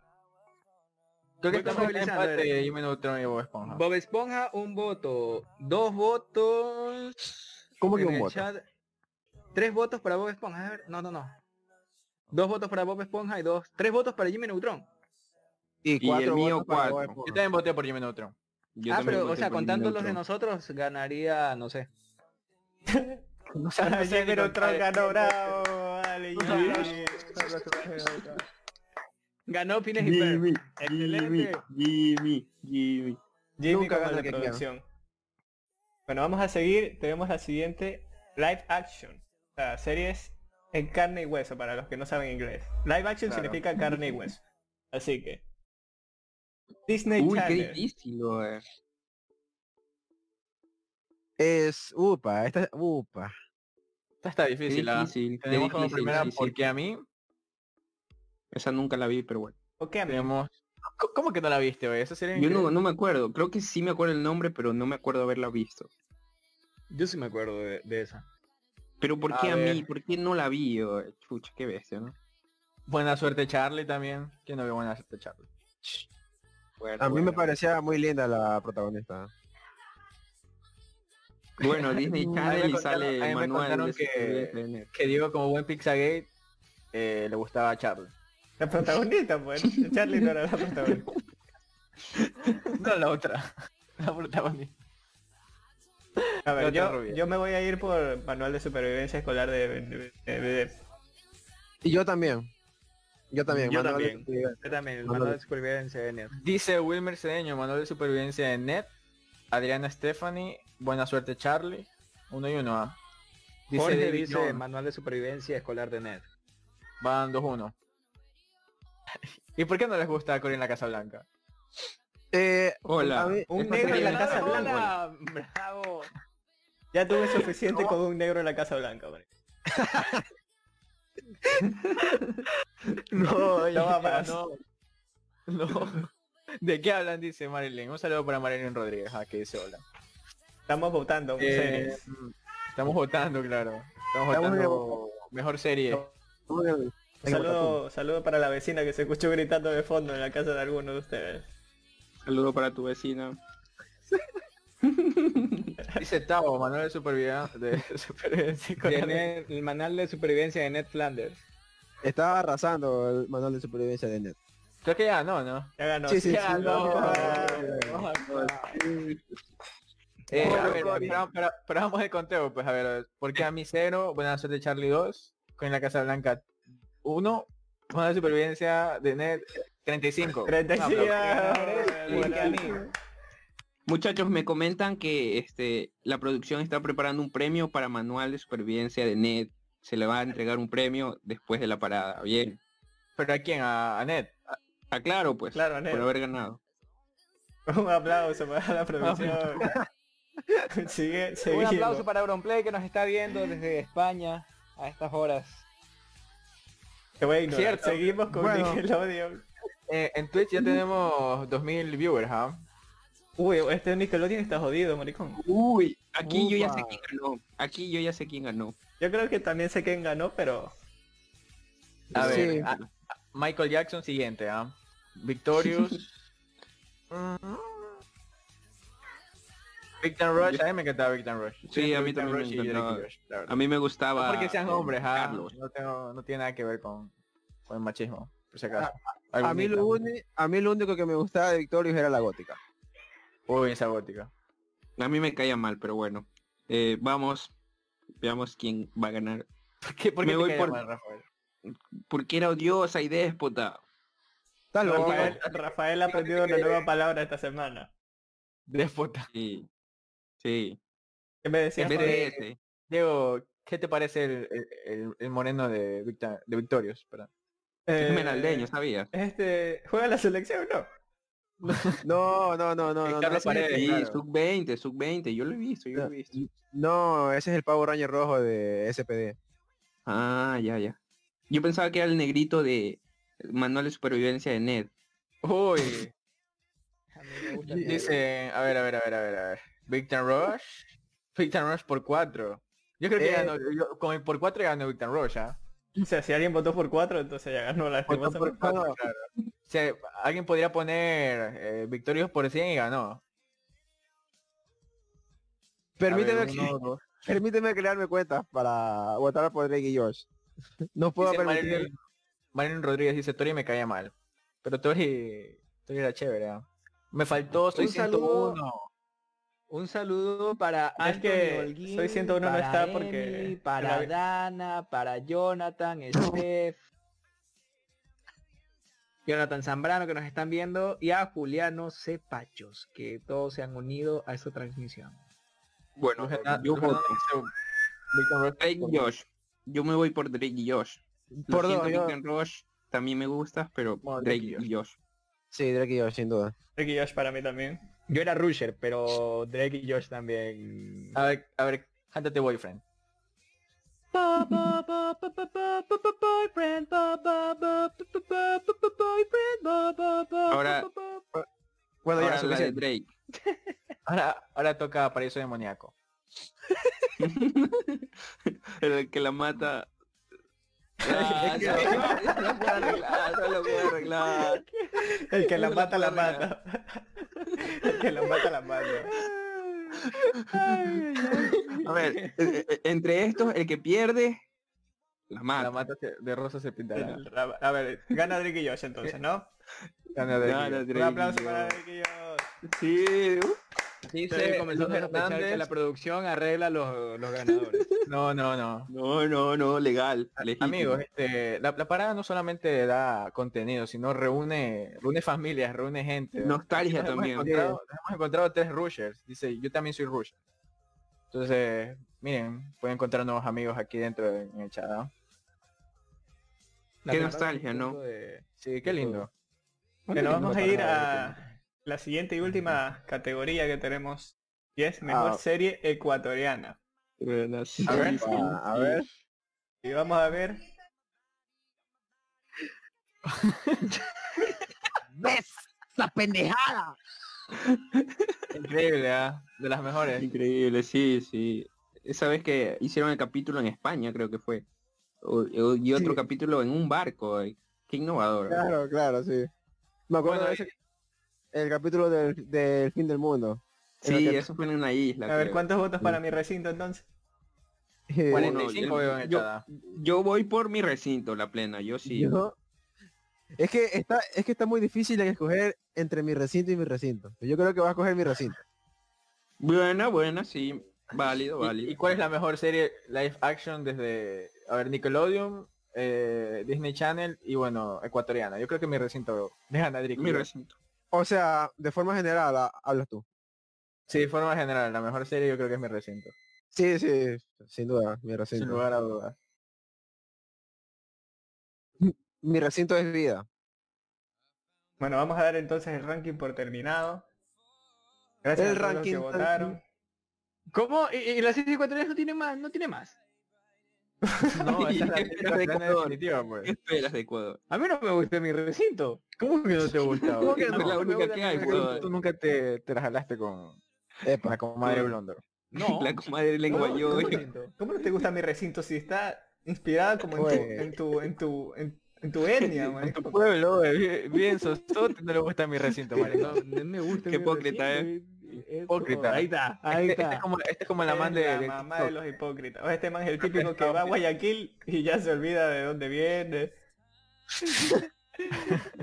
[SPEAKER 5] Creo
[SPEAKER 4] Voy
[SPEAKER 5] que estamos en
[SPEAKER 4] contabilizando,
[SPEAKER 5] empate
[SPEAKER 4] a ver.
[SPEAKER 5] Jimmy Neutron y Bob Esponja.
[SPEAKER 4] Bob Esponja, un voto. Dos votos.
[SPEAKER 1] ¿Cómo que
[SPEAKER 4] en
[SPEAKER 1] un
[SPEAKER 4] el
[SPEAKER 1] voto?
[SPEAKER 4] chat. Tres votos para Bob Esponja. A ver, no, no, no. Dos votos para Bob Esponja y dos. Tres votos para Jimmy Neutron.
[SPEAKER 2] Y el mío,
[SPEAKER 1] votos para Bob
[SPEAKER 2] cuatro.
[SPEAKER 5] Yo
[SPEAKER 1] Esponja.
[SPEAKER 5] también voté por Jimmy Neutron.
[SPEAKER 2] Yo
[SPEAKER 4] ah,
[SPEAKER 2] también
[SPEAKER 4] pero, o
[SPEAKER 2] voté
[SPEAKER 4] sea,
[SPEAKER 2] por
[SPEAKER 4] contando
[SPEAKER 2] Jimmy
[SPEAKER 4] los de
[SPEAKER 2] Neutron.
[SPEAKER 4] nosotros, ganaría, no sé.
[SPEAKER 5] No
[SPEAKER 3] Ahora
[SPEAKER 5] sé
[SPEAKER 3] Jimmy
[SPEAKER 5] ni
[SPEAKER 3] Neutron
[SPEAKER 5] contar.
[SPEAKER 3] ganó, bravo. Vale, Jimmy. Solo se va a llevar otra.
[SPEAKER 4] Ganó Pines y Ferb. Excelente.
[SPEAKER 3] Jimmy
[SPEAKER 1] Nunca
[SPEAKER 3] como
[SPEAKER 1] gana
[SPEAKER 3] la
[SPEAKER 1] el que quiera.
[SPEAKER 3] producción. Bueno, vamos a seguir. Tenemos la siguiente. Live action. O sea, series en carne y hueso para los que no saben inglés. Live action
[SPEAKER 5] Claro.
[SPEAKER 3] significa carne y hueso. Así que. Disney
[SPEAKER 2] Uy, qué
[SPEAKER 3] Channel.
[SPEAKER 2] difícil, eh.
[SPEAKER 1] Es upa, esta upa.
[SPEAKER 5] Esta está
[SPEAKER 2] Qué
[SPEAKER 5] difícil. ah.
[SPEAKER 2] difícil. qué
[SPEAKER 5] Tenemos como
[SPEAKER 2] difícil,
[SPEAKER 5] primera
[SPEAKER 2] sí, sí.
[SPEAKER 5] porque a mí
[SPEAKER 2] Esa nunca la vi, pero bueno.
[SPEAKER 3] Ok, amigo.
[SPEAKER 5] tenemos. ¿Cómo- ¿Cómo que no la viste, güey? Eso sería.
[SPEAKER 2] Yo no,
[SPEAKER 5] increíble.
[SPEAKER 2] no me acuerdo. Creo que sí me acuerdo el nombre, pero no me acuerdo haberla visto.
[SPEAKER 4] Yo sí me acuerdo de, de esa.
[SPEAKER 2] Pero ¿por
[SPEAKER 5] A
[SPEAKER 2] qué a, mí?
[SPEAKER 5] ver.
[SPEAKER 2] ¿Por qué no la vi? Oh, Chucha, qué bestia, ¿no?
[SPEAKER 5] Buena suerte Charlie también. ¿Quién no vio buena suerte Charlie?
[SPEAKER 2] Bueno,
[SPEAKER 1] A mí me
[SPEAKER 2] bueno.
[SPEAKER 1] parecía muy linda la protagonista.
[SPEAKER 2] Bueno, Disney
[SPEAKER 5] me
[SPEAKER 2] Channel y
[SPEAKER 5] contaron- a mí
[SPEAKER 2] sale
[SPEAKER 5] me
[SPEAKER 2] Manuel de
[SPEAKER 5] contaron
[SPEAKER 2] E
[SPEAKER 5] que-
[SPEAKER 2] SPN.
[SPEAKER 5] Que digo como buen Pixagate eh, le gustaba a Charlie.
[SPEAKER 3] La protagonista, pues. Charlie no era la protagonista.
[SPEAKER 5] No la otra. La protagonista.
[SPEAKER 3] A
[SPEAKER 5] La
[SPEAKER 3] ver,
[SPEAKER 5] otra
[SPEAKER 3] yo,
[SPEAKER 5] rubia.
[SPEAKER 3] yo me voy a ir por Manual de Supervivencia Escolar de de- de- de-
[SPEAKER 1] Y yo también. Yo también.
[SPEAKER 4] Yo
[SPEAKER 1] mano,
[SPEAKER 4] también.
[SPEAKER 1] te digo.
[SPEAKER 4] Yo también, el
[SPEAKER 1] Mándale.
[SPEAKER 4] manual de supervivencia de Ned.
[SPEAKER 5] Dice Wilmer Cedeño, manual de supervivencia de Ned, Adriana Stephanie, buena suerte Charlie. Uno y uno, ah. Dice
[SPEAKER 4] Jorge
[SPEAKER 5] David
[SPEAKER 4] dice
[SPEAKER 5] Young.
[SPEAKER 4] manual de supervivencia escolar de Ned.
[SPEAKER 5] Van 2-1. ¿Y por qué no les gusta a Cory en la Casa Blanca?
[SPEAKER 1] Eh,
[SPEAKER 2] Hola.
[SPEAKER 1] a mí-
[SPEAKER 3] Un
[SPEAKER 2] Es
[SPEAKER 3] negro en la
[SPEAKER 2] Manuel.
[SPEAKER 3] Casa
[SPEAKER 2] Hola.
[SPEAKER 3] Blanca.
[SPEAKER 4] ¡Bravo!
[SPEAKER 3] Ya tuve suficiente con un negro en la Casa Blanca, man.
[SPEAKER 5] No,
[SPEAKER 3] ya, no.
[SPEAKER 5] No. ¿De qué hablan? Dice Marilyn. Un saludo para Marilyn Rodríguez, ah, que dice hola.
[SPEAKER 3] Estamos votando por
[SPEAKER 5] Eh,
[SPEAKER 3] series.
[SPEAKER 5] estamos votando, claro. Estamos
[SPEAKER 1] Estamos en la
[SPEAKER 5] votando mejor serie.
[SPEAKER 1] en
[SPEAKER 3] Saludo, saludo para la vecina que se escuchó gritando de fondo en la casa de alguno de ustedes.
[SPEAKER 2] Saludo para tu vecina.
[SPEAKER 5] Dice Tavo, Manuel de supervivencia. De supervivencia con
[SPEAKER 4] De
[SPEAKER 5] la-
[SPEAKER 4] Ned- el manual de supervivencia de Ned Flanders.
[SPEAKER 1] Estaba arrasando el manual de supervivencia de E Net.
[SPEAKER 5] Creo que ya no, ¿no?
[SPEAKER 3] Ya ganó.
[SPEAKER 1] Sí, sí,
[SPEAKER 5] Ya
[SPEAKER 1] sí.
[SPEAKER 5] no.
[SPEAKER 1] Ah,
[SPEAKER 5] Eh, a ver,
[SPEAKER 1] Bueno,
[SPEAKER 5] pero, pero- pero vamos de conteo, pues a ver, ¿por qué a mí cero? Buena suerte Charlie 2, con la Casa Blanca 1, Manual de supervivencia de Ned 35.
[SPEAKER 3] 35.
[SPEAKER 4] Igual que a mí.
[SPEAKER 2] Muchachos, me comentan que este, la producción está preparando un premio para manual de supervivencia de Ned. Se le va a entregar un premio después de la parada. Bien.
[SPEAKER 5] ¿Pero a quién? ¿A, a Ned?
[SPEAKER 2] Aclaro, pues,
[SPEAKER 3] Claro, Ned.
[SPEAKER 2] por haber ganado.
[SPEAKER 3] Un aplauso para la producción. Sigue,
[SPEAKER 4] Un
[SPEAKER 3] seguimos.
[SPEAKER 4] aplauso para Auronplay que nos está viendo desde España a estas horas.
[SPEAKER 3] Te voy a ignorar.
[SPEAKER 5] Cierto.
[SPEAKER 3] Seguimos con
[SPEAKER 5] Bueno.
[SPEAKER 3] Nickelodeon.
[SPEAKER 5] Eh, en Twitch ya tenemos 2000 viewers, ¿ah?
[SPEAKER 3] Uy, este Nickelodeon está jodido, maricón.
[SPEAKER 2] Uy, aquí yo ya sé
[SPEAKER 5] Ufa.
[SPEAKER 2] quién ganó. Aquí yo ya sé quién ganó.
[SPEAKER 3] Yo creo que también sé quién ganó, pero
[SPEAKER 5] A
[SPEAKER 1] Sí.
[SPEAKER 5] ver, a- a- Michael Jackson siguiente, ¿ah? Victorious. Mm. Victor Rush, a mí me encantaba Victor Rush.
[SPEAKER 2] Sí, a mí
[SPEAKER 5] Victor
[SPEAKER 2] también me
[SPEAKER 5] Rush y Jericho
[SPEAKER 2] encantaba.
[SPEAKER 5] Rush, la verdad.
[SPEAKER 2] A mí me gustaba...
[SPEAKER 5] No porque sean
[SPEAKER 2] eh,
[SPEAKER 5] hombres, ah,
[SPEAKER 2] Carlos.
[SPEAKER 5] No, tengo- no tiene nada que ver con, con el machismo, por si acaso.
[SPEAKER 1] A mí, lo
[SPEAKER 5] Algunita.
[SPEAKER 1] uni- a mí lo único que me gustaba de Victorious era la gótica.
[SPEAKER 5] Uy, esa gótica.
[SPEAKER 2] A mí me caía mal, pero bueno. Eh, vamos, veamos quién va a ganar.
[SPEAKER 5] ¿Por qué, por
[SPEAKER 2] Me
[SPEAKER 5] qué te
[SPEAKER 2] voy
[SPEAKER 5] caía
[SPEAKER 2] por-
[SPEAKER 5] mal, Rafael?
[SPEAKER 2] Porque era odiosa y déspota.
[SPEAKER 1] Está loco.
[SPEAKER 3] Rafael, Rafael ha aprendido una nueva palabra esta semana.
[SPEAKER 5] Déspota.
[SPEAKER 2] Sí. Sí.
[SPEAKER 3] ¿Qué me decías?
[SPEAKER 2] En vez de
[SPEAKER 3] Fabi?
[SPEAKER 2] ese.
[SPEAKER 5] Diego, ¿qué te parece el, el- el- el moreno de, Victa- de Victorious? Perdón.
[SPEAKER 3] Eh,
[SPEAKER 2] Es esmeraldeño, ¿sabías?
[SPEAKER 3] Este, ¿juega la selección o no?
[SPEAKER 1] No, no, no, no,
[SPEAKER 5] Eh,
[SPEAKER 1] no. No,
[SPEAKER 5] Carlos
[SPEAKER 1] ese-
[SPEAKER 5] Paredes.
[SPEAKER 2] Sí,
[SPEAKER 5] claro.
[SPEAKER 2] sub 20, sub 20, yo lo he visto, yo lo he visto.
[SPEAKER 1] no, ese es el pavo Ranger rojo de SPD.
[SPEAKER 2] Ah, ya, ya. Yo pensaba que era el negrito de Manual de Supervivencia de Ned.
[SPEAKER 5] Uy,
[SPEAKER 4] A mí me gusta el negro.
[SPEAKER 5] dice, a ver, a ver, a ver, a ver, a ver. Victor Rush. Victor Rush por 4. Yo creo que
[SPEAKER 1] Eh.
[SPEAKER 5] ganó, yo- con el por 4 ganó Victor Rush, ¿ah?
[SPEAKER 3] O sea, si alguien votó por cuatro, entonces ya ganó la
[SPEAKER 5] Votó por
[SPEAKER 3] lastimosamente.
[SPEAKER 5] cuatro, claro. O sea, alguien podría poner eh, Victorious por 100 y ganó.
[SPEAKER 1] Permíteme,
[SPEAKER 5] A ver, uno, dos.
[SPEAKER 1] permíteme crearme cuentas para votar por Drake y George. No puedo
[SPEAKER 5] Dice
[SPEAKER 1] permitir.
[SPEAKER 5] Marilyn, Marilyn Rodríguez dice, Tori me caía mal. Pero Tori, Tori era chévere. ¿ah? Me faltó, soy
[SPEAKER 4] Un saludo.
[SPEAKER 5] 101.
[SPEAKER 4] Un saludo para
[SPEAKER 3] Es
[SPEAKER 4] Anthony
[SPEAKER 3] que
[SPEAKER 4] Holguín,
[SPEAKER 3] Soy 101 no
[SPEAKER 4] para
[SPEAKER 3] está porque-
[SPEAKER 4] Emi, para
[SPEAKER 3] la-
[SPEAKER 4] Dana, para Jonathan, Steph, Jonathan Zambrano que nos están viendo y a Juliano Cepachos que todos se han unido a esta transmisión.
[SPEAKER 2] Bueno, eh,
[SPEAKER 5] Luján- Luján
[SPEAKER 2] yo voto.
[SPEAKER 5] dice, Victor Rush,
[SPEAKER 2] Drake y Josh. Yo me voy por Drake y Josh. Lo
[SPEAKER 1] Por
[SPEAKER 2] siento,
[SPEAKER 1] dos, yo-
[SPEAKER 2] Rick and Rush también me gusta, pero
[SPEAKER 5] Bueno,
[SPEAKER 2] Drake
[SPEAKER 5] Drake
[SPEAKER 2] y Josh.
[SPEAKER 1] Sí, Drake y George, sin duda.
[SPEAKER 3] Drake y Josh para mí también.
[SPEAKER 4] Yo era Rusher, pero Drake y Josh también.
[SPEAKER 5] A ver, a ver, cántate Boyfriend.
[SPEAKER 2] Ahora-
[SPEAKER 1] Bueno, ya,
[SPEAKER 2] Ahora la de
[SPEAKER 1] suficiente.
[SPEAKER 2] Drake.
[SPEAKER 5] Ahora, ahora toca Paraíso Demoníaco.
[SPEAKER 2] El que la mata. Ah,
[SPEAKER 5] Es que-
[SPEAKER 2] eso- eso lo puedo arreglar, eso lo puedo arreglar.
[SPEAKER 3] El que la
[SPEAKER 2] Una
[SPEAKER 3] mata, la
[SPEAKER 2] palabra.
[SPEAKER 3] mata. El que la mata, la mata.
[SPEAKER 2] A ver, eh, eh, entre estos, el que pierde, la mata.
[SPEAKER 5] La mata se- de rosa se pintará.
[SPEAKER 3] El- ra- A ver, gana Drake y Josh entonces, ¿no?
[SPEAKER 5] Gana de
[SPEAKER 2] Gana
[SPEAKER 5] Dios.
[SPEAKER 2] de-
[SPEAKER 3] Un
[SPEAKER 2] Drake y
[SPEAKER 3] aplauso para
[SPEAKER 2] Josh.
[SPEAKER 3] Drake y Josh.
[SPEAKER 2] Sí, uh,
[SPEAKER 4] Dice, comenzando a
[SPEAKER 5] Luz
[SPEAKER 4] sospechar que
[SPEAKER 5] Hernández.
[SPEAKER 4] la producción arregla los, los ganadores.
[SPEAKER 5] No, no, no.
[SPEAKER 2] No, no, no, legal. legítimo.
[SPEAKER 4] eh.
[SPEAKER 5] Amigos, este, la, la parada no solamente da contenido, sino reúne, reúne familias, reúne gente.
[SPEAKER 2] Nostalgia
[SPEAKER 5] Nos hemos
[SPEAKER 2] también.
[SPEAKER 5] encontrado- nos hemos encontrado tres rushers. Dice, yo también soy rusher. Entonces, miren, pueden encontrar nuevos amigos aquí dentro de- en el chat. ¿no?
[SPEAKER 4] La
[SPEAKER 2] Qué
[SPEAKER 4] verdad,
[SPEAKER 2] nostalgia,
[SPEAKER 4] un
[SPEAKER 2] ¿no?
[SPEAKER 4] punto de-
[SPEAKER 5] Sí, qué lindo.
[SPEAKER 3] Bueno, vamos a
[SPEAKER 5] para
[SPEAKER 3] ir
[SPEAKER 5] nada,
[SPEAKER 3] a la siguiente y última categoría que tenemos. Y es mejor
[SPEAKER 5] Ah.
[SPEAKER 3] serie ecuatoriana.
[SPEAKER 2] A
[SPEAKER 5] A ver,
[SPEAKER 1] a ver.
[SPEAKER 3] Y vamos a ver.
[SPEAKER 7] esas pendejadas.
[SPEAKER 5] Increíble, ¿ah? De las mejores.
[SPEAKER 2] Increíble, sí, sí. Esa vez que hicieron el capítulo en España, creo que fue. O- o- y otro
[SPEAKER 1] Sí.
[SPEAKER 2] capítulo en un barco. ay, Qué innovador. ¿verdad?
[SPEAKER 1] Claro, claro, sí. Me acuerdo
[SPEAKER 5] Bueno,
[SPEAKER 1] de
[SPEAKER 5] y-
[SPEAKER 1] ese, el capítulo del, del fin del mundo. en
[SPEAKER 2] Sí,
[SPEAKER 1] lo que-
[SPEAKER 2] eso fue en una isla.
[SPEAKER 3] A ver,
[SPEAKER 2] creo.
[SPEAKER 3] ¿cuántos votos
[SPEAKER 5] Mm.
[SPEAKER 3] para mi recinto entonces?
[SPEAKER 1] Eh,
[SPEAKER 5] 45 veo en
[SPEAKER 2] yo-
[SPEAKER 5] cada.
[SPEAKER 2] Yo voy por mi recinto, la plena, yo sí.
[SPEAKER 1] yo- Es que está, es que está muy difícil escoger entre mi recinto y mi recinto. Yo creo que voy a escoger mi recinto.
[SPEAKER 2] Buena, buena, sí. Válido, válido.
[SPEAKER 5] ¿Y, y cuál es la mejor serie live action desde, a ver, Nickelodeon, eh, Disney Channel y bueno, ecuatoriana? Yo creo que mi recinto de Ganadric.
[SPEAKER 2] Mi recinto.
[SPEAKER 1] O sea, de forma general, ha- hablas tú.
[SPEAKER 5] Sí, de forma general, la mejor serie yo creo que es mi recinto.
[SPEAKER 1] Sí, sí, sin duda, mi
[SPEAKER 5] Sin
[SPEAKER 1] recinto.
[SPEAKER 5] lugar a dudas.
[SPEAKER 1] Mi recinto es vida.
[SPEAKER 3] Bueno, vamos a dar entonces el ranking por terminado. Gracias
[SPEAKER 1] El
[SPEAKER 3] a todos los que
[SPEAKER 1] ranking-
[SPEAKER 3] votaron.
[SPEAKER 4] ¿Cómo? ¿Y, y la serie ecuatoriana no tiene más? ¿No tiene más?
[SPEAKER 5] No, esa es
[SPEAKER 2] Y
[SPEAKER 5] la lista
[SPEAKER 2] era de
[SPEAKER 5] plena
[SPEAKER 2] Ecuador.
[SPEAKER 5] definitiva,
[SPEAKER 2] ¿Qué
[SPEAKER 5] pues.
[SPEAKER 2] esperas de Ecuador?
[SPEAKER 4] A mí no me gusta mi recinto.
[SPEAKER 5] ¿Cómo que no te gusta?
[SPEAKER 4] ¿Cómo que
[SPEAKER 5] bro?
[SPEAKER 4] no?
[SPEAKER 2] Es la
[SPEAKER 4] me
[SPEAKER 2] única
[SPEAKER 4] gusta
[SPEAKER 2] que
[SPEAKER 4] mi
[SPEAKER 2] hay,
[SPEAKER 4] recinto.
[SPEAKER 2] bro.
[SPEAKER 5] Tú nunca te, te la jalaste con,
[SPEAKER 1] Epa,
[SPEAKER 5] con Madre
[SPEAKER 2] Claro.
[SPEAKER 5] Blondor.
[SPEAKER 4] No.
[SPEAKER 2] La comadre le
[SPEAKER 3] ¿Cómo,
[SPEAKER 2] enguayó.
[SPEAKER 3] cómo no- cómo no te gusta mi recinto si está inspirada como en tu,
[SPEAKER 1] Pues.
[SPEAKER 3] en tu, en tu, en, en tu etnia, man?
[SPEAKER 5] Tu pueblo, bro, bien, bien sosote, no le gusta mi recinto, maricón.
[SPEAKER 4] no me gusta
[SPEAKER 2] Qué
[SPEAKER 4] mi
[SPEAKER 2] hipócrita,
[SPEAKER 4] recinto, es- es-
[SPEAKER 5] Hipócrita.
[SPEAKER 4] Ahí está, ahí
[SPEAKER 5] Este, este es
[SPEAKER 4] está.
[SPEAKER 5] como, este es como la man de...
[SPEAKER 3] la
[SPEAKER 5] de
[SPEAKER 3] mamá
[SPEAKER 5] TikTok.
[SPEAKER 3] de los hipócritas. O este man es el típico que va a Guayaquil y ya se olvida de dónde viene.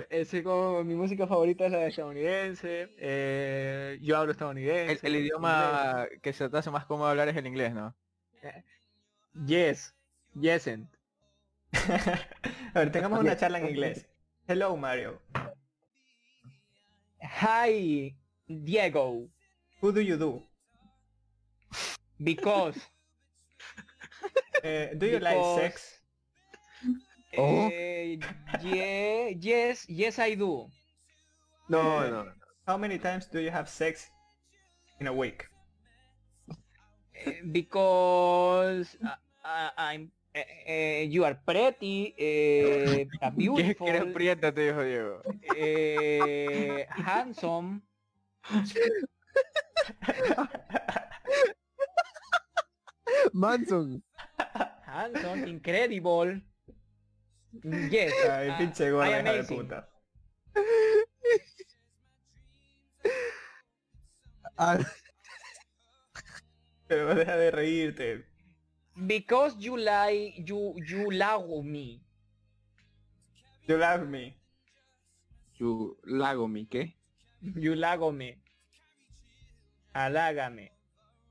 [SPEAKER 4] Ese como mi música favorita es la de estadounidense. eh, yo hablo
[SPEAKER 5] El,
[SPEAKER 4] estadounidense.
[SPEAKER 5] el idioma que se te hace más cómodo hablar es el inglés, ¿no?
[SPEAKER 4] inglés. Yes. Yesent.
[SPEAKER 3] A ver, tengamos una charla en inglés. Hello Mario.
[SPEAKER 4] Hi, Diego.
[SPEAKER 3] Who do you do?
[SPEAKER 4] Because.
[SPEAKER 3] Eh, do you like
[SPEAKER 4] Because-
[SPEAKER 3] sex?
[SPEAKER 1] Oh.
[SPEAKER 4] eh, ye- yes, yes I do.
[SPEAKER 1] No, no.
[SPEAKER 3] How many times do you have sex in a week?
[SPEAKER 4] Eh, Because I- I- I'm eh, eh, you are pretty, eh, a
[SPEAKER 5] ¿Quieres
[SPEAKER 4] beautiful,
[SPEAKER 5] que eres prieta? Te dijo Diego.
[SPEAKER 4] eh, handsome.
[SPEAKER 1] Manson.
[SPEAKER 4] Hanson, incredible. Yes.
[SPEAKER 3] Ay,
[SPEAKER 4] ah,
[SPEAKER 3] pinche gorda
[SPEAKER 4] I
[SPEAKER 3] hija de
[SPEAKER 4] amazing.
[SPEAKER 3] puta.
[SPEAKER 1] Ah,
[SPEAKER 3] Pero deja de reírte.
[SPEAKER 4] Because you like you you love me.
[SPEAKER 3] You love me.
[SPEAKER 2] Yo lago mi qué.
[SPEAKER 4] You love me. Halágame.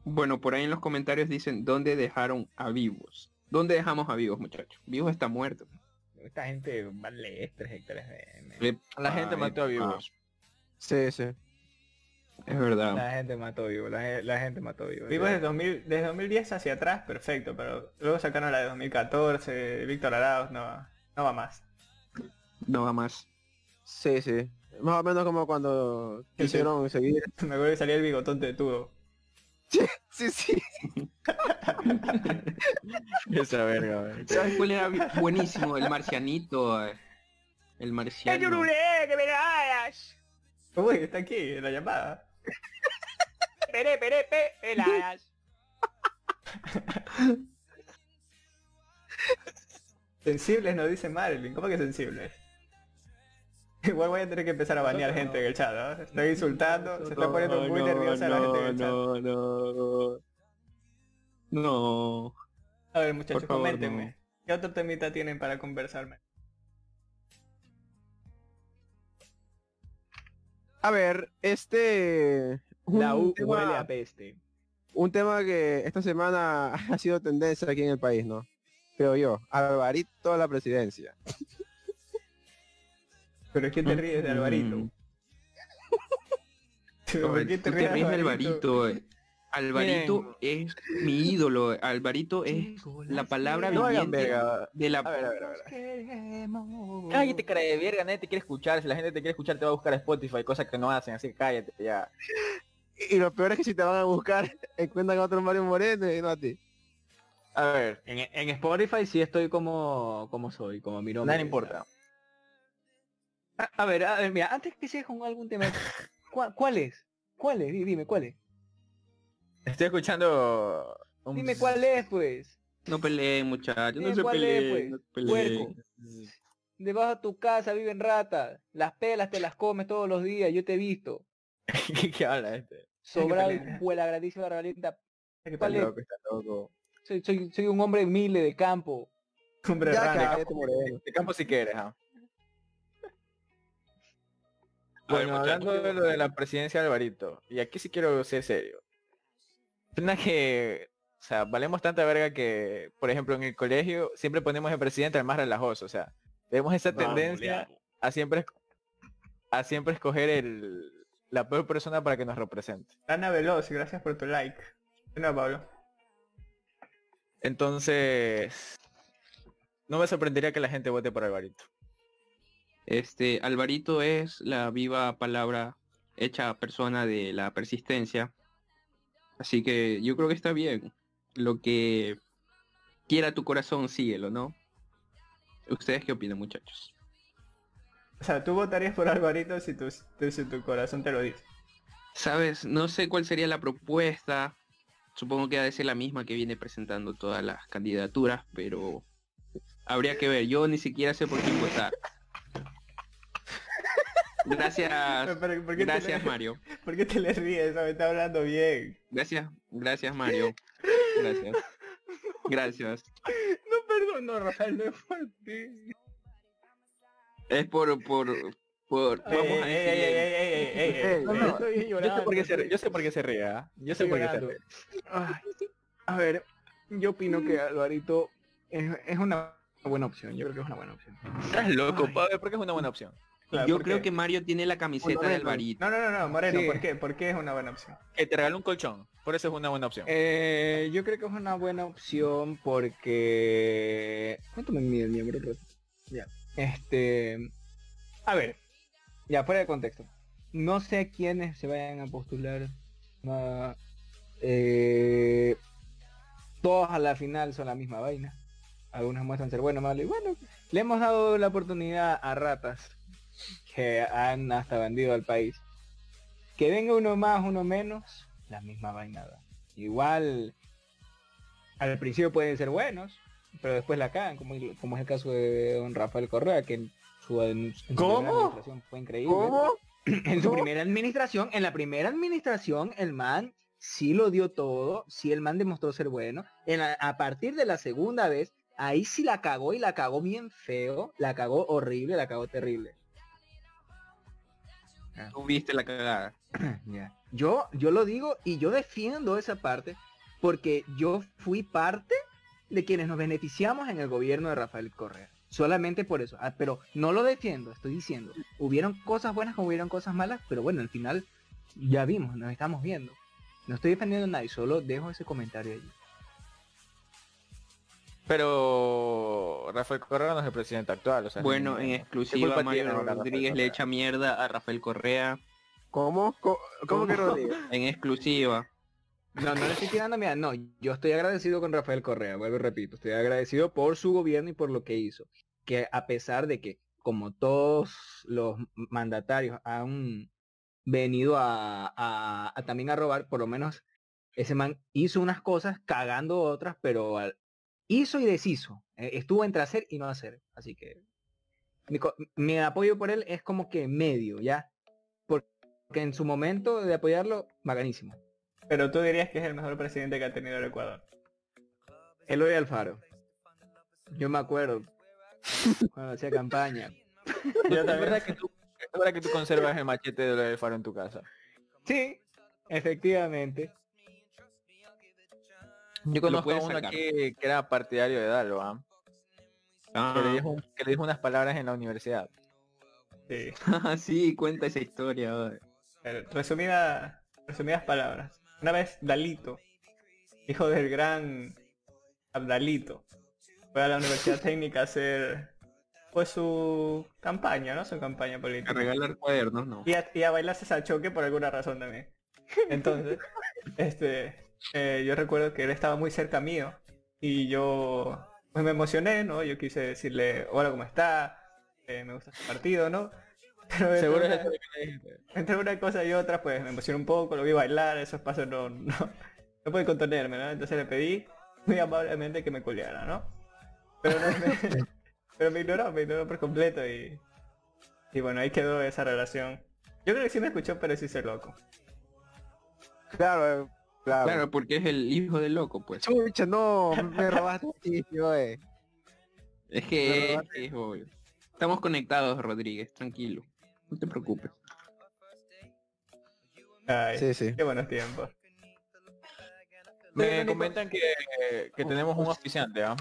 [SPEAKER 2] Bueno, por ahí en los comentarios dicen dónde dejaron a vivos. ¿Dónde dejamos a vivos, muchachos? Vivos está muerto.
[SPEAKER 4] Esta gente vale 3 hectáreas de
[SPEAKER 2] Le-
[SPEAKER 5] Eh, La gente
[SPEAKER 2] Ay,
[SPEAKER 5] mató a
[SPEAKER 4] ah.
[SPEAKER 5] vivos.
[SPEAKER 1] sí, sí.
[SPEAKER 2] Es verdad.
[SPEAKER 4] La gente mató vivo, la, ge- la gente mató vivo.
[SPEAKER 3] Vivo desde, 2000, desde 2010 hacia atrás, perfecto, pero luego sacaron la de 2014, Víctor Arauz, no, no va más.
[SPEAKER 2] No va más.
[SPEAKER 1] Sí, sí. Más o menos como cuando quisieron seguir.
[SPEAKER 3] Me acuerdo que salía el bigotón de tubo.
[SPEAKER 1] Sí, sí.
[SPEAKER 5] Esa verga, güey.
[SPEAKER 2] ¿Sabes cuál era bi- buenísimo? El marcianito. eh. El marciano.
[SPEAKER 4] ¡Ayururé, que me hagas!
[SPEAKER 3] Uy, está aquí, en la llamada.
[SPEAKER 4] ¡Pere, pere, pe! el hagas.
[SPEAKER 3] Sensibles nos dice Marilyn, ¿cómo que sensibles? Igual voy a tener que empezar a banear gente en el chat, ¿no? Se está insultando, se está poniendo muy nerviosa la gente en el chat.
[SPEAKER 2] no, no. No.
[SPEAKER 3] A ver muchachos,
[SPEAKER 2] Por favor,
[SPEAKER 3] coméntenme.
[SPEAKER 2] no.
[SPEAKER 3] ¿Qué otro temita tienen para conversarme?
[SPEAKER 1] A ver, este... un
[SPEAKER 4] La U
[SPEAKER 1] tema-
[SPEAKER 4] huele a peste.
[SPEAKER 1] un tema que esta semana ha sido tendencia aquí en el país, ¿no? Creo yo. Alvarito a la presidencia.
[SPEAKER 3] ¿Pero quién te ríes de Alvarito?
[SPEAKER 2] Mm.
[SPEAKER 3] ¿Pero por qué
[SPEAKER 2] Tú te ríes de
[SPEAKER 3] Alvarito?
[SPEAKER 2] Alvarito. eh. Alvarito es mi ídolo. eh. Alvarito es la palabra
[SPEAKER 5] No hagan
[SPEAKER 2] viviente
[SPEAKER 5] verga.
[SPEAKER 2] de la...
[SPEAKER 5] A ver, a ver, a ver. Cállate, cara de verga, nadie te quiere escuchar. Si la gente te quiere escuchar, te va a buscar a Spotify, cosa que no hacen, así que cállate ya.
[SPEAKER 1] Y lo peor es que si te van a buscar, encuentran a otro Mario Moreno y no a ti.
[SPEAKER 5] A ver,
[SPEAKER 4] En, en Spotify sí estoy como como soy, como mi nombre.
[SPEAKER 5] nada le importa.
[SPEAKER 4] A, a ver, a ver, mira, antes que sigas con algún tema, ¿cuál, cuál es? ¿Cuál es? Di- Dime, ¿cuál es?
[SPEAKER 5] Estoy escuchando... un-
[SPEAKER 4] Dime cuál es, pues.
[SPEAKER 2] No peleen, muchachos, no
[SPEAKER 4] Dime
[SPEAKER 2] se
[SPEAKER 4] cuál es,
[SPEAKER 2] peleen,
[SPEAKER 4] pues,
[SPEAKER 2] no se
[SPEAKER 4] Puerco.
[SPEAKER 2] peleen.
[SPEAKER 4] Debajo de tu casa viven ratas. Las pelas te las comes todos los días, yo te he visto.
[SPEAKER 5] ¿Qué, qué habla este?
[SPEAKER 4] Sobrado
[SPEAKER 3] Hay que
[SPEAKER 4] y
[SPEAKER 3] pelear.
[SPEAKER 4] fue la grandísima barbarita.
[SPEAKER 3] ¿Qué
[SPEAKER 5] Está
[SPEAKER 4] ¿Cuál es?
[SPEAKER 5] loco, está loco.
[SPEAKER 4] Soy, soy, soy un hombre humilde de campo.
[SPEAKER 3] Hombre
[SPEAKER 1] Ya,
[SPEAKER 3] rana.
[SPEAKER 1] cállate, moreno.
[SPEAKER 5] De campo si quieres, ¿ah?
[SPEAKER 2] A ver,
[SPEAKER 5] Bueno, hablando
[SPEAKER 2] muchachos.
[SPEAKER 5] de lo de la presidencia de Alvarito, y aquí sí quiero ser serio. Pena que, o sea, valemos tanta verga que, por ejemplo, en el colegio siempre ponemos el presidente al más relajoso, o sea, tenemos esa tendencia a siempre esco- a siempre escoger el la peor persona para que nos represente.
[SPEAKER 3] Ana Veloz, gracias por tu like. No, Pablo.
[SPEAKER 5] Entonces, no me sorprendería que la gente vote por Alvarito.
[SPEAKER 2] Este, Alvarito es la viva palabra hecha persona de la persistencia. Así que yo creo que está bien. Lo que quiera tu corazón, síguelo, ¿no? ¿Ustedes qué opinan, muchachos?
[SPEAKER 3] O sea, tú votarías por Alvarito si tu, tu- si tu corazón te lo dice.
[SPEAKER 2] Sabes, no sé cuál sería la propuesta. Supongo que ha de ser la misma que viene presentando todas las candidaturas, pero habría que ver. Yo ni siquiera sé por quién votar. Gracias,
[SPEAKER 3] Pero, ¿por, qué
[SPEAKER 2] Ah, gracias
[SPEAKER 3] te le,
[SPEAKER 2] Mario.
[SPEAKER 3] ¿Por qué te le ríes? Me está hablando bien.
[SPEAKER 2] Gracias, gracias Mario. Gracias. Gracias.
[SPEAKER 4] No, perdón, no, Rafael, no es fuerte.
[SPEAKER 2] Es por, por, por, vamos
[SPEAKER 3] Ey,
[SPEAKER 2] a
[SPEAKER 3] ey, ey, ey,
[SPEAKER 2] decir,
[SPEAKER 3] ey, ey, ey, ey.
[SPEAKER 5] No, no,
[SPEAKER 4] estoy
[SPEAKER 5] Yo sé por qué se, ríe, yo sé por qué se ríe, ¿ah? Yo sé
[SPEAKER 4] Estoy
[SPEAKER 5] por qué se
[SPEAKER 4] llorando.
[SPEAKER 5] ríe.
[SPEAKER 4] Ay, a ver, yo opino que Alvarito es, es una buena opción. Yo creo que es una buena opción.
[SPEAKER 5] Estás loco,
[SPEAKER 4] Ay.
[SPEAKER 5] Pablo, porque es una buena opción.
[SPEAKER 3] Claro,
[SPEAKER 2] yo
[SPEAKER 3] ¿por
[SPEAKER 2] creo
[SPEAKER 3] qué?
[SPEAKER 2] que Mario tiene la camiseta de
[SPEAKER 4] Fundamento.
[SPEAKER 2] Alvarito.
[SPEAKER 3] No, no, no, no, Moreno,
[SPEAKER 4] Sí.
[SPEAKER 3] ¿por qué? ¿Por qué es una buena opción?
[SPEAKER 5] Que te regale un colchón. Por eso es una buena opción.
[SPEAKER 4] Eh, yo creo que es una buena opción porque... ¿Cuánto me mide el miembro? Ya. Este... A ver, ya fuera de contexto. No sé quiénes se vayan a postular. ma- eh, todos a la final son la misma vaina. Algunos muestran ser bueno, malo y bueno. Le hemos dado la oportunidad a ratas que han hasta vendido al país. Que venga uno más, uno menos, la misma vainada. Igual, al principio pueden ser buenos, pero después la cagan, como, como es el caso de don Rafael Correa, que en su, en su
[SPEAKER 3] ¿Cómo?
[SPEAKER 4] primera administración fue increíble. En su primera administración, en la primera administración, el man sí lo dio todo, sí el man demostró ser bueno. En la- a partir de la segunda vez, ahí sí la cagó y la cagó bien feo, la cagó horrible, la cagó terrible.
[SPEAKER 2] Tú viste la cagada.
[SPEAKER 4] Ya. Yo, yo lo digo y yo defiendo esa parte porque yo fui parte de quienes nos beneficiamos en el gobierno de Rafael Correa. Solamente por eso. Ah, pero no lo defiendo, estoy diciendo. Hubieron cosas buenas como hubieron cosas malas, pero bueno, al final ya vimos, nos estamos viendo. No estoy defendiendo a nadie, solo dejo ese comentario allí.
[SPEAKER 5] Pero Rafael Correa no es el presidente actual, o sea.
[SPEAKER 2] Bueno, en
[SPEAKER 5] ni- ¿Qué
[SPEAKER 2] exclusiva
[SPEAKER 5] culpa
[SPEAKER 2] Mario
[SPEAKER 5] tiene ahora Rafael
[SPEAKER 2] Rodríguez le
[SPEAKER 5] Correa?
[SPEAKER 2] echa mierda a Rafael Correa.
[SPEAKER 1] ¿Cómo? ¿Cómo, cómo que Rodríguez?
[SPEAKER 2] En exclusiva.
[SPEAKER 4] No, no le estoy tirando mira, no, yo estoy agradecido con Rafael Correa, vuelvo y repito, estoy agradecido por su gobierno y por lo que hizo, que a pesar de que como todos los mandatarios han venido a, a- a también a robar, por lo menos ese man hizo unas cosas cagando otras, pero al- hizo y deshizo, eh, estuvo entre hacer y no hacer, así que mi, co- mi apoyo por él es como que medio, ¿ya? Por- Porque en su momento de apoyarlo, bacanísimo.
[SPEAKER 3] Pero tú dirías que es el mejor presidente que ha tenido el Ecuador.
[SPEAKER 4] Eloy Alfaro. Yo me acuerdo. Cuando hacía campaña.
[SPEAKER 3] Yo
[SPEAKER 2] este
[SPEAKER 5] Es
[SPEAKER 3] también.
[SPEAKER 5] verdad que tú, es verdad que tú conservas el machete de del faro en tu casa.
[SPEAKER 4] Sí, efectivamente.
[SPEAKER 5] Yo
[SPEAKER 2] Lo
[SPEAKER 5] conozco a
[SPEAKER 2] puedes
[SPEAKER 5] uno
[SPEAKER 2] sacar.
[SPEAKER 5] aquí que era partidario de Dalo, ¿ah? que, le
[SPEAKER 2] Ah,
[SPEAKER 5] dijo, que le dijo unas palabras en la universidad.
[SPEAKER 3] Sí.
[SPEAKER 2] Ah, sí, cuenta esa historia. oye.
[SPEAKER 3] Pero, Eh, resumida, resumidas palabras. Una vez Dalito, hijo del gran Abdalito, fue a la Universidad Técnica a hacer pues su campaña, ¿no? Su campaña
[SPEAKER 2] A
[SPEAKER 3] política.
[SPEAKER 2] regalar cuadernos, no.
[SPEAKER 3] Y a, y a bailarse a choque por alguna razón también. Entonces, este, eh, yo recuerdo que él estaba muy cerca mío y yo pues me emocioné, ¿no? Yo quise decirle, hola, ¿cómo está? Eh, me gusta su este partido, ¿no? Pero entre,
[SPEAKER 5] Seguro
[SPEAKER 3] una,
[SPEAKER 5] es el que le dijiste.
[SPEAKER 3] entre una cosa y otra, pues me emocioné un poco, lo vi bailar, esos pasos no, no, no pude contenerme, ¿no? Entonces le pedí muy amablemente que me culeara, ¿no? Pero, no me, pero me ignoró, me ignoró por completo y, y bueno, ahí quedó esa relación. Yo creo que sí me escuchó, pero sí se loco.
[SPEAKER 1] Claro, eh, claro.
[SPEAKER 2] Claro, porque es el hijo del loco, pues.
[SPEAKER 1] Chucha, no, me robaste el sitio, eh.
[SPEAKER 2] Es que
[SPEAKER 1] Pero-
[SPEAKER 2] es, es obvio. Estamos conectados, Rodríguez, tranquilo. No te preocupes.
[SPEAKER 3] Ay,
[SPEAKER 1] Sí, sí.
[SPEAKER 3] qué buenos tiempos.
[SPEAKER 5] Me comentan que, que tenemos un oficiante, ¿ah?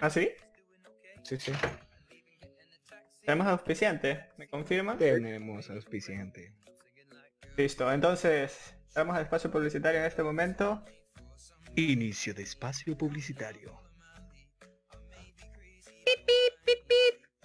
[SPEAKER 3] ¿Ah, sí?
[SPEAKER 5] Sí, sí.
[SPEAKER 3] ¿Tenemos auspiciante? ¿Me confirman?
[SPEAKER 4] Tenemos auspiciante.
[SPEAKER 3] Listo, entonces, estamos al espacio publicitario en este momento.
[SPEAKER 4] Inicio de espacio publicitario.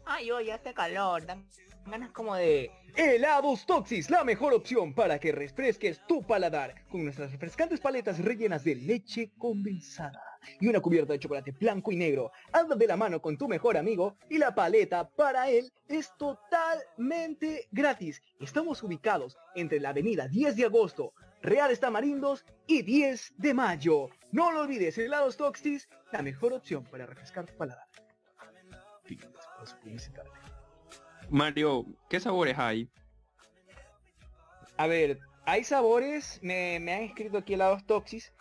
[SPEAKER 7] Ay, oye, hace calor, dan ganas como de...
[SPEAKER 4] Helados Toxis, la mejor opción para que refresques tu paladar con nuestras refrescantes paletas rellenas de leche condensada y una cubierta de chocolate blanco y negro. Anda de la mano con tu mejor amigo y la paleta para él es totalmente gratis. Estamos ubicados entre la avenida 10 de agosto, Reales Tamarindos y 10 de mayo. No lo olvides, Helados Toxis, la mejor opción para refrescar tu paladar. Fin de espacio publicitario.
[SPEAKER 2] Mario, ¿qué sabores hay?
[SPEAKER 4] A ver, hay sabores, me, me han escrito aquí helados toxis.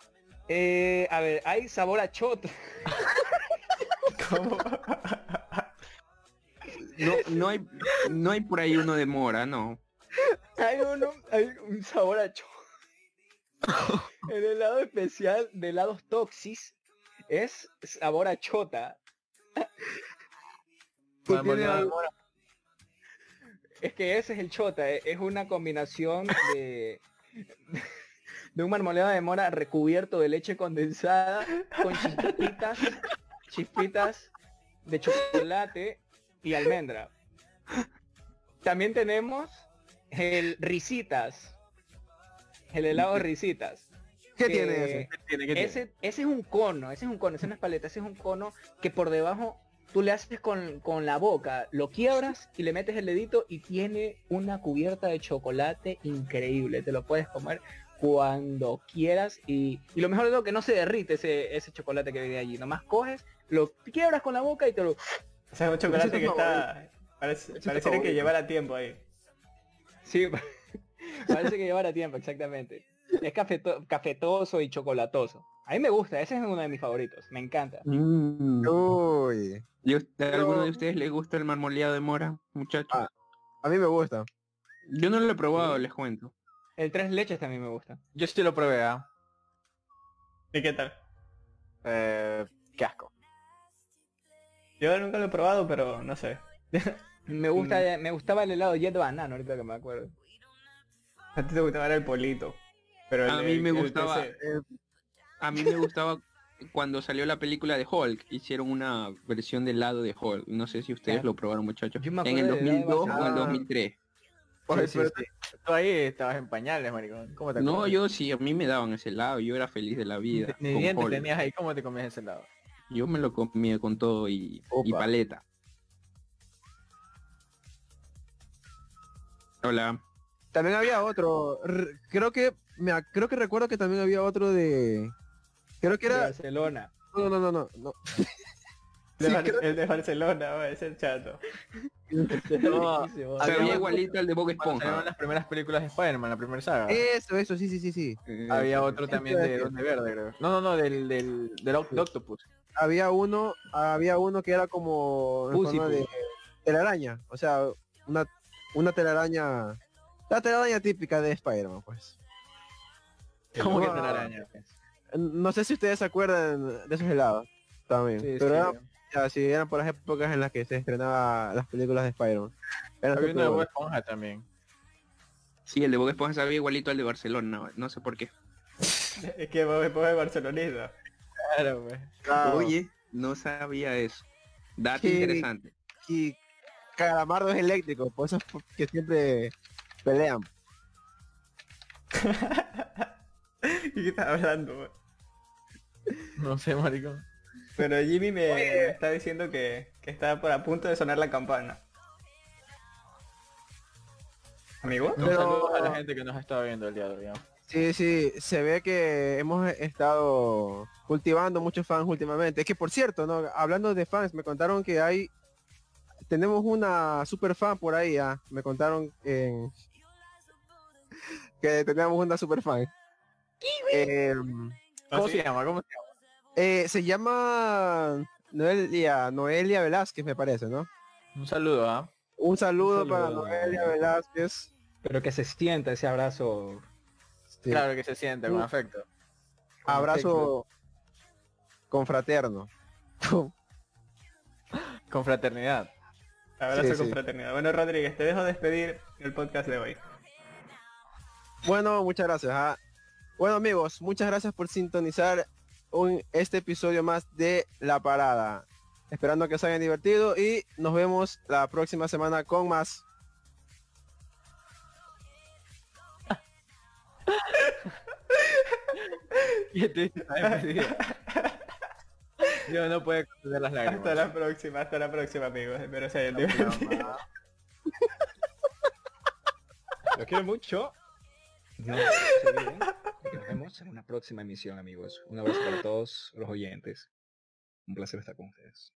[SPEAKER 4] Eh, a ver, hay sabor a chota.
[SPEAKER 3] ¿Cómo?
[SPEAKER 2] No, no hay, no hay por ahí uno de mora, no.
[SPEAKER 4] Hay uno, hay un sabor a chota. El helado especial de helados toxis es sabor a chota. Tú
[SPEAKER 5] Bueno,
[SPEAKER 4] tienes
[SPEAKER 5] bueno,
[SPEAKER 4] algo- Es que ese es el chota, e- es una combinación de, de un marmoleado de mora recubierto de leche condensada con chispitas, chispitas de chocolate y almendra. También tenemos el risitas, el helado risitas.
[SPEAKER 1] ¿Qué
[SPEAKER 4] que-
[SPEAKER 1] tiene ese?
[SPEAKER 5] Tiene que
[SPEAKER 4] ese, ese es un cono, ese es un cono, ese no es paleta, ese es un cono que por debajo tú le haces con, con la boca, lo quiebras y le metes el dedito y tiene una cubierta de chocolate increíble. Te lo puedes comer cuando quieras y, y lo mejor de todo que no se derrite ese, ese chocolate que viene allí. Nomás coges, lo quiebras con la boca y te lo...
[SPEAKER 3] O sea, es un chocolate
[SPEAKER 1] Ese es
[SPEAKER 3] que
[SPEAKER 1] tu
[SPEAKER 3] está... Parece,
[SPEAKER 1] Ese es tu
[SPEAKER 3] pareciera que
[SPEAKER 1] favorito.
[SPEAKER 3] llevara tiempo ahí.
[SPEAKER 4] Sí, parece que llevará tiempo, exactamente. Es cafeto- cafetoso y chocolatoso. A mí me gusta, ese es uno de mis favoritos, me encanta.
[SPEAKER 1] Uy.
[SPEAKER 2] ¿Y a usted- a alguno
[SPEAKER 1] Pero-
[SPEAKER 2] de ustedes le gusta el marmoleado de mora, muchachos?
[SPEAKER 1] Ah. A mí me gusta.
[SPEAKER 2] Yo no lo he probado, les cuento.
[SPEAKER 4] El tres leches también me gusta.
[SPEAKER 5] Yo sí lo probé, ¿ah?
[SPEAKER 3] ¿Y qué tal?
[SPEAKER 5] Eh, qué asco.
[SPEAKER 3] Yo nunca lo he probado, pero no sé.
[SPEAKER 4] Me gusta, me gustaba el helado Jet Banana, ahorita que me acuerdo.
[SPEAKER 3] A ti te gustaba era el polito. Pero el-
[SPEAKER 2] A mí me
[SPEAKER 3] el- el
[SPEAKER 2] gustaba-
[SPEAKER 3] que se-
[SPEAKER 2] A mí me gustaba cuando salió la película de Hulk, hicieron una versión del lado de Hulk. No sé si ustedes
[SPEAKER 4] Claro.
[SPEAKER 2] lo probaron, muchachos.
[SPEAKER 4] Yo me
[SPEAKER 2] En el
[SPEAKER 4] acuerdo del helado de
[SPEAKER 2] 2002 o el
[SPEAKER 1] Barcelona.
[SPEAKER 2] 2003.
[SPEAKER 1] Oye, pero
[SPEAKER 5] Tú ahí estabas en pañales, maricón. ¿Cómo te
[SPEAKER 2] No,
[SPEAKER 5] acuerdas?
[SPEAKER 2] yo sí, a mí me daban ese helado, yo era feliz de la
[SPEAKER 5] Ni-
[SPEAKER 2] vida.
[SPEAKER 5] Ni
[SPEAKER 2] con
[SPEAKER 5] dientes
[SPEAKER 2] Hulk.
[SPEAKER 5] tenías ahí, ¿cómo te comías ese helado?
[SPEAKER 2] Yo me lo comía con todo y, y
[SPEAKER 1] Opa.
[SPEAKER 2] paleta. Hola.
[SPEAKER 1] También había otro. r- Creo que me ac- creo que recuerdo que también había otro de creo que
[SPEAKER 4] De
[SPEAKER 1] era
[SPEAKER 4] Barcelona.
[SPEAKER 1] no no no no no.
[SPEAKER 3] de
[SPEAKER 1] Sí,
[SPEAKER 3] Bar-
[SPEAKER 1] creo-
[SPEAKER 3] El de Barcelona, va, ese chato.
[SPEAKER 5] No,
[SPEAKER 4] Riquísimo.
[SPEAKER 2] Se
[SPEAKER 5] había
[SPEAKER 2] veía
[SPEAKER 5] otro-
[SPEAKER 2] igualito al de Bob
[SPEAKER 5] Cuando salieron
[SPEAKER 2] Esponja.
[SPEAKER 5] las primeras películas de Spider-Man, la primera saga.
[SPEAKER 1] Eso, eso, sí, sí, sí, sí.
[SPEAKER 2] Eh,
[SPEAKER 5] Había otro
[SPEAKER 1] sí,
[SPEAKER 5] también
[SPEAKER 1] sí,
[SPEAKER 5] de
[SPEAKER 1] sí.
[SPEAKER 5] Duende Verde, creo. No, no, no, del, del, del Oct- de Octopus.
[SPEAKER 1] Había uno, había uno que era como en
[SPEAKER 4] Pussy
[SPEAKER 1] forma
[SPEAKER 5] pues.
[SPEAKER 1] de telaraña, o sea, una una telaraña la telaraña típica de Spider-Man, pues.
[SPEAKER 5] Como que
[SPEAKER 1] Ah.
[SPEAKER 5] telaraña. pues.
[SPEAKER 1] No sé si ustedes se acuerdan de esos helados también,
[SPEAKER 5] Sí,
[SPEAKER 1] pero
[SPEAKER 5] sí.
[SPEAKER 1] eran, así, eran por las épocas en las que se estrenaban las películas de Spider-Man. Eran
[SPEAKER 5] Había
[SPEAKER 1] súper
[SPEAKER 5] uno de Bob
[SPEAKER 1] buenos.
[SPEAKER 5] Esponja también.
[SPEAKER 2] Sí, el de Bob Esponja se veía igualito al de Barcelona, no sé por qué.
[SPEAKER 3] Es que vos después de barcelonista.
[SPEAKER 5] Claro, pues.
[SPEAKER 1] Claro.
[SPEAKER 2] Oye, no sabía eso. Dato
[SPEAKER 1] Sí.
[SPEAKER 2] interesante.
[SPEAKER 1] y Calamardo es eléctrico, por eso es que siempre pelean.
[SPEAKER 3] ¿Y qué estás hablando? va?
[SPEAKER 5] No sé, maricón.
[SPEAKER 3] Pero Jimmy me, me está diciendo que, que está por a punto de sonar la campana. Amigo.
[SPEAKER 5] Un
[SPEAKER 1] Pero-
[SPEAKER 5] saludo a la gente que nos está viendo el día de hoy. ¿no?
[SPEAKER 1] Sí, sí, se ve que hemos estado cultivando muchos fans últimamente. Es que por cierto, ¿no? hablando de fans, me contaron que hay tenemos una super fan por ahí, ah, me contaron en- que tenemos una super fan. Em,
[SPEAKER 5] ¿Cómo
[SPEAKER 3] Así-
[SPEAKER 5] se llama? ¿Cómo se llama?
[SPEAKER 1] eh, se llama Noelia, Noelia Velázquez me parece, ¿no?
[SPEAKER 5] Un saludo, ¿ah?
[SPEAKER 1] Un saludo,
[SPEAKER 4] Un saludo.
[SPEAKER 1] para Noelia Velázquez.
[SPEAKER 4] Pero que se sienta ese abrazo.
[SPEAKER 1] Sí.
[SPEAKER 5] Claro que se sienta con
[SPEAKER 1] Un-
[SPEAKER 5] afecto.
[SPEAKER 1] Abrazo confraterno.
[SPEAKER 5] Con fraternidad.
[SPEAKER 3] Abrazo
[SPEAKER 1] Sí, sí.
[SPEAKER 3] con fraternidad. Bueno, Rodríguez, te dejo despedir el podcast de hoy.
[SPEAKER 1] Bueno, muchas gracias. ah. Bueno amigos, muchas gracias por sintonizar un, este episodio más de La Parada. Esperando que se hayan divertido y nos vemos la próxima semana con más.
[SPEAKER 5] Y te dice, "Ay, pues, sí". Yo no puedo contener las lágrimas.
[SPEAKER 3] Hasta la próxima, hasta la próxima, amigos. Espero se hayan divertido.
[SPEAKER 4] Lo quiero mucho. Yo, se olviden. ¿eh? Nos vemos en una próxima emisión, amigos. Un abrazo para todos los oyentes. Un placer estar con ustedes.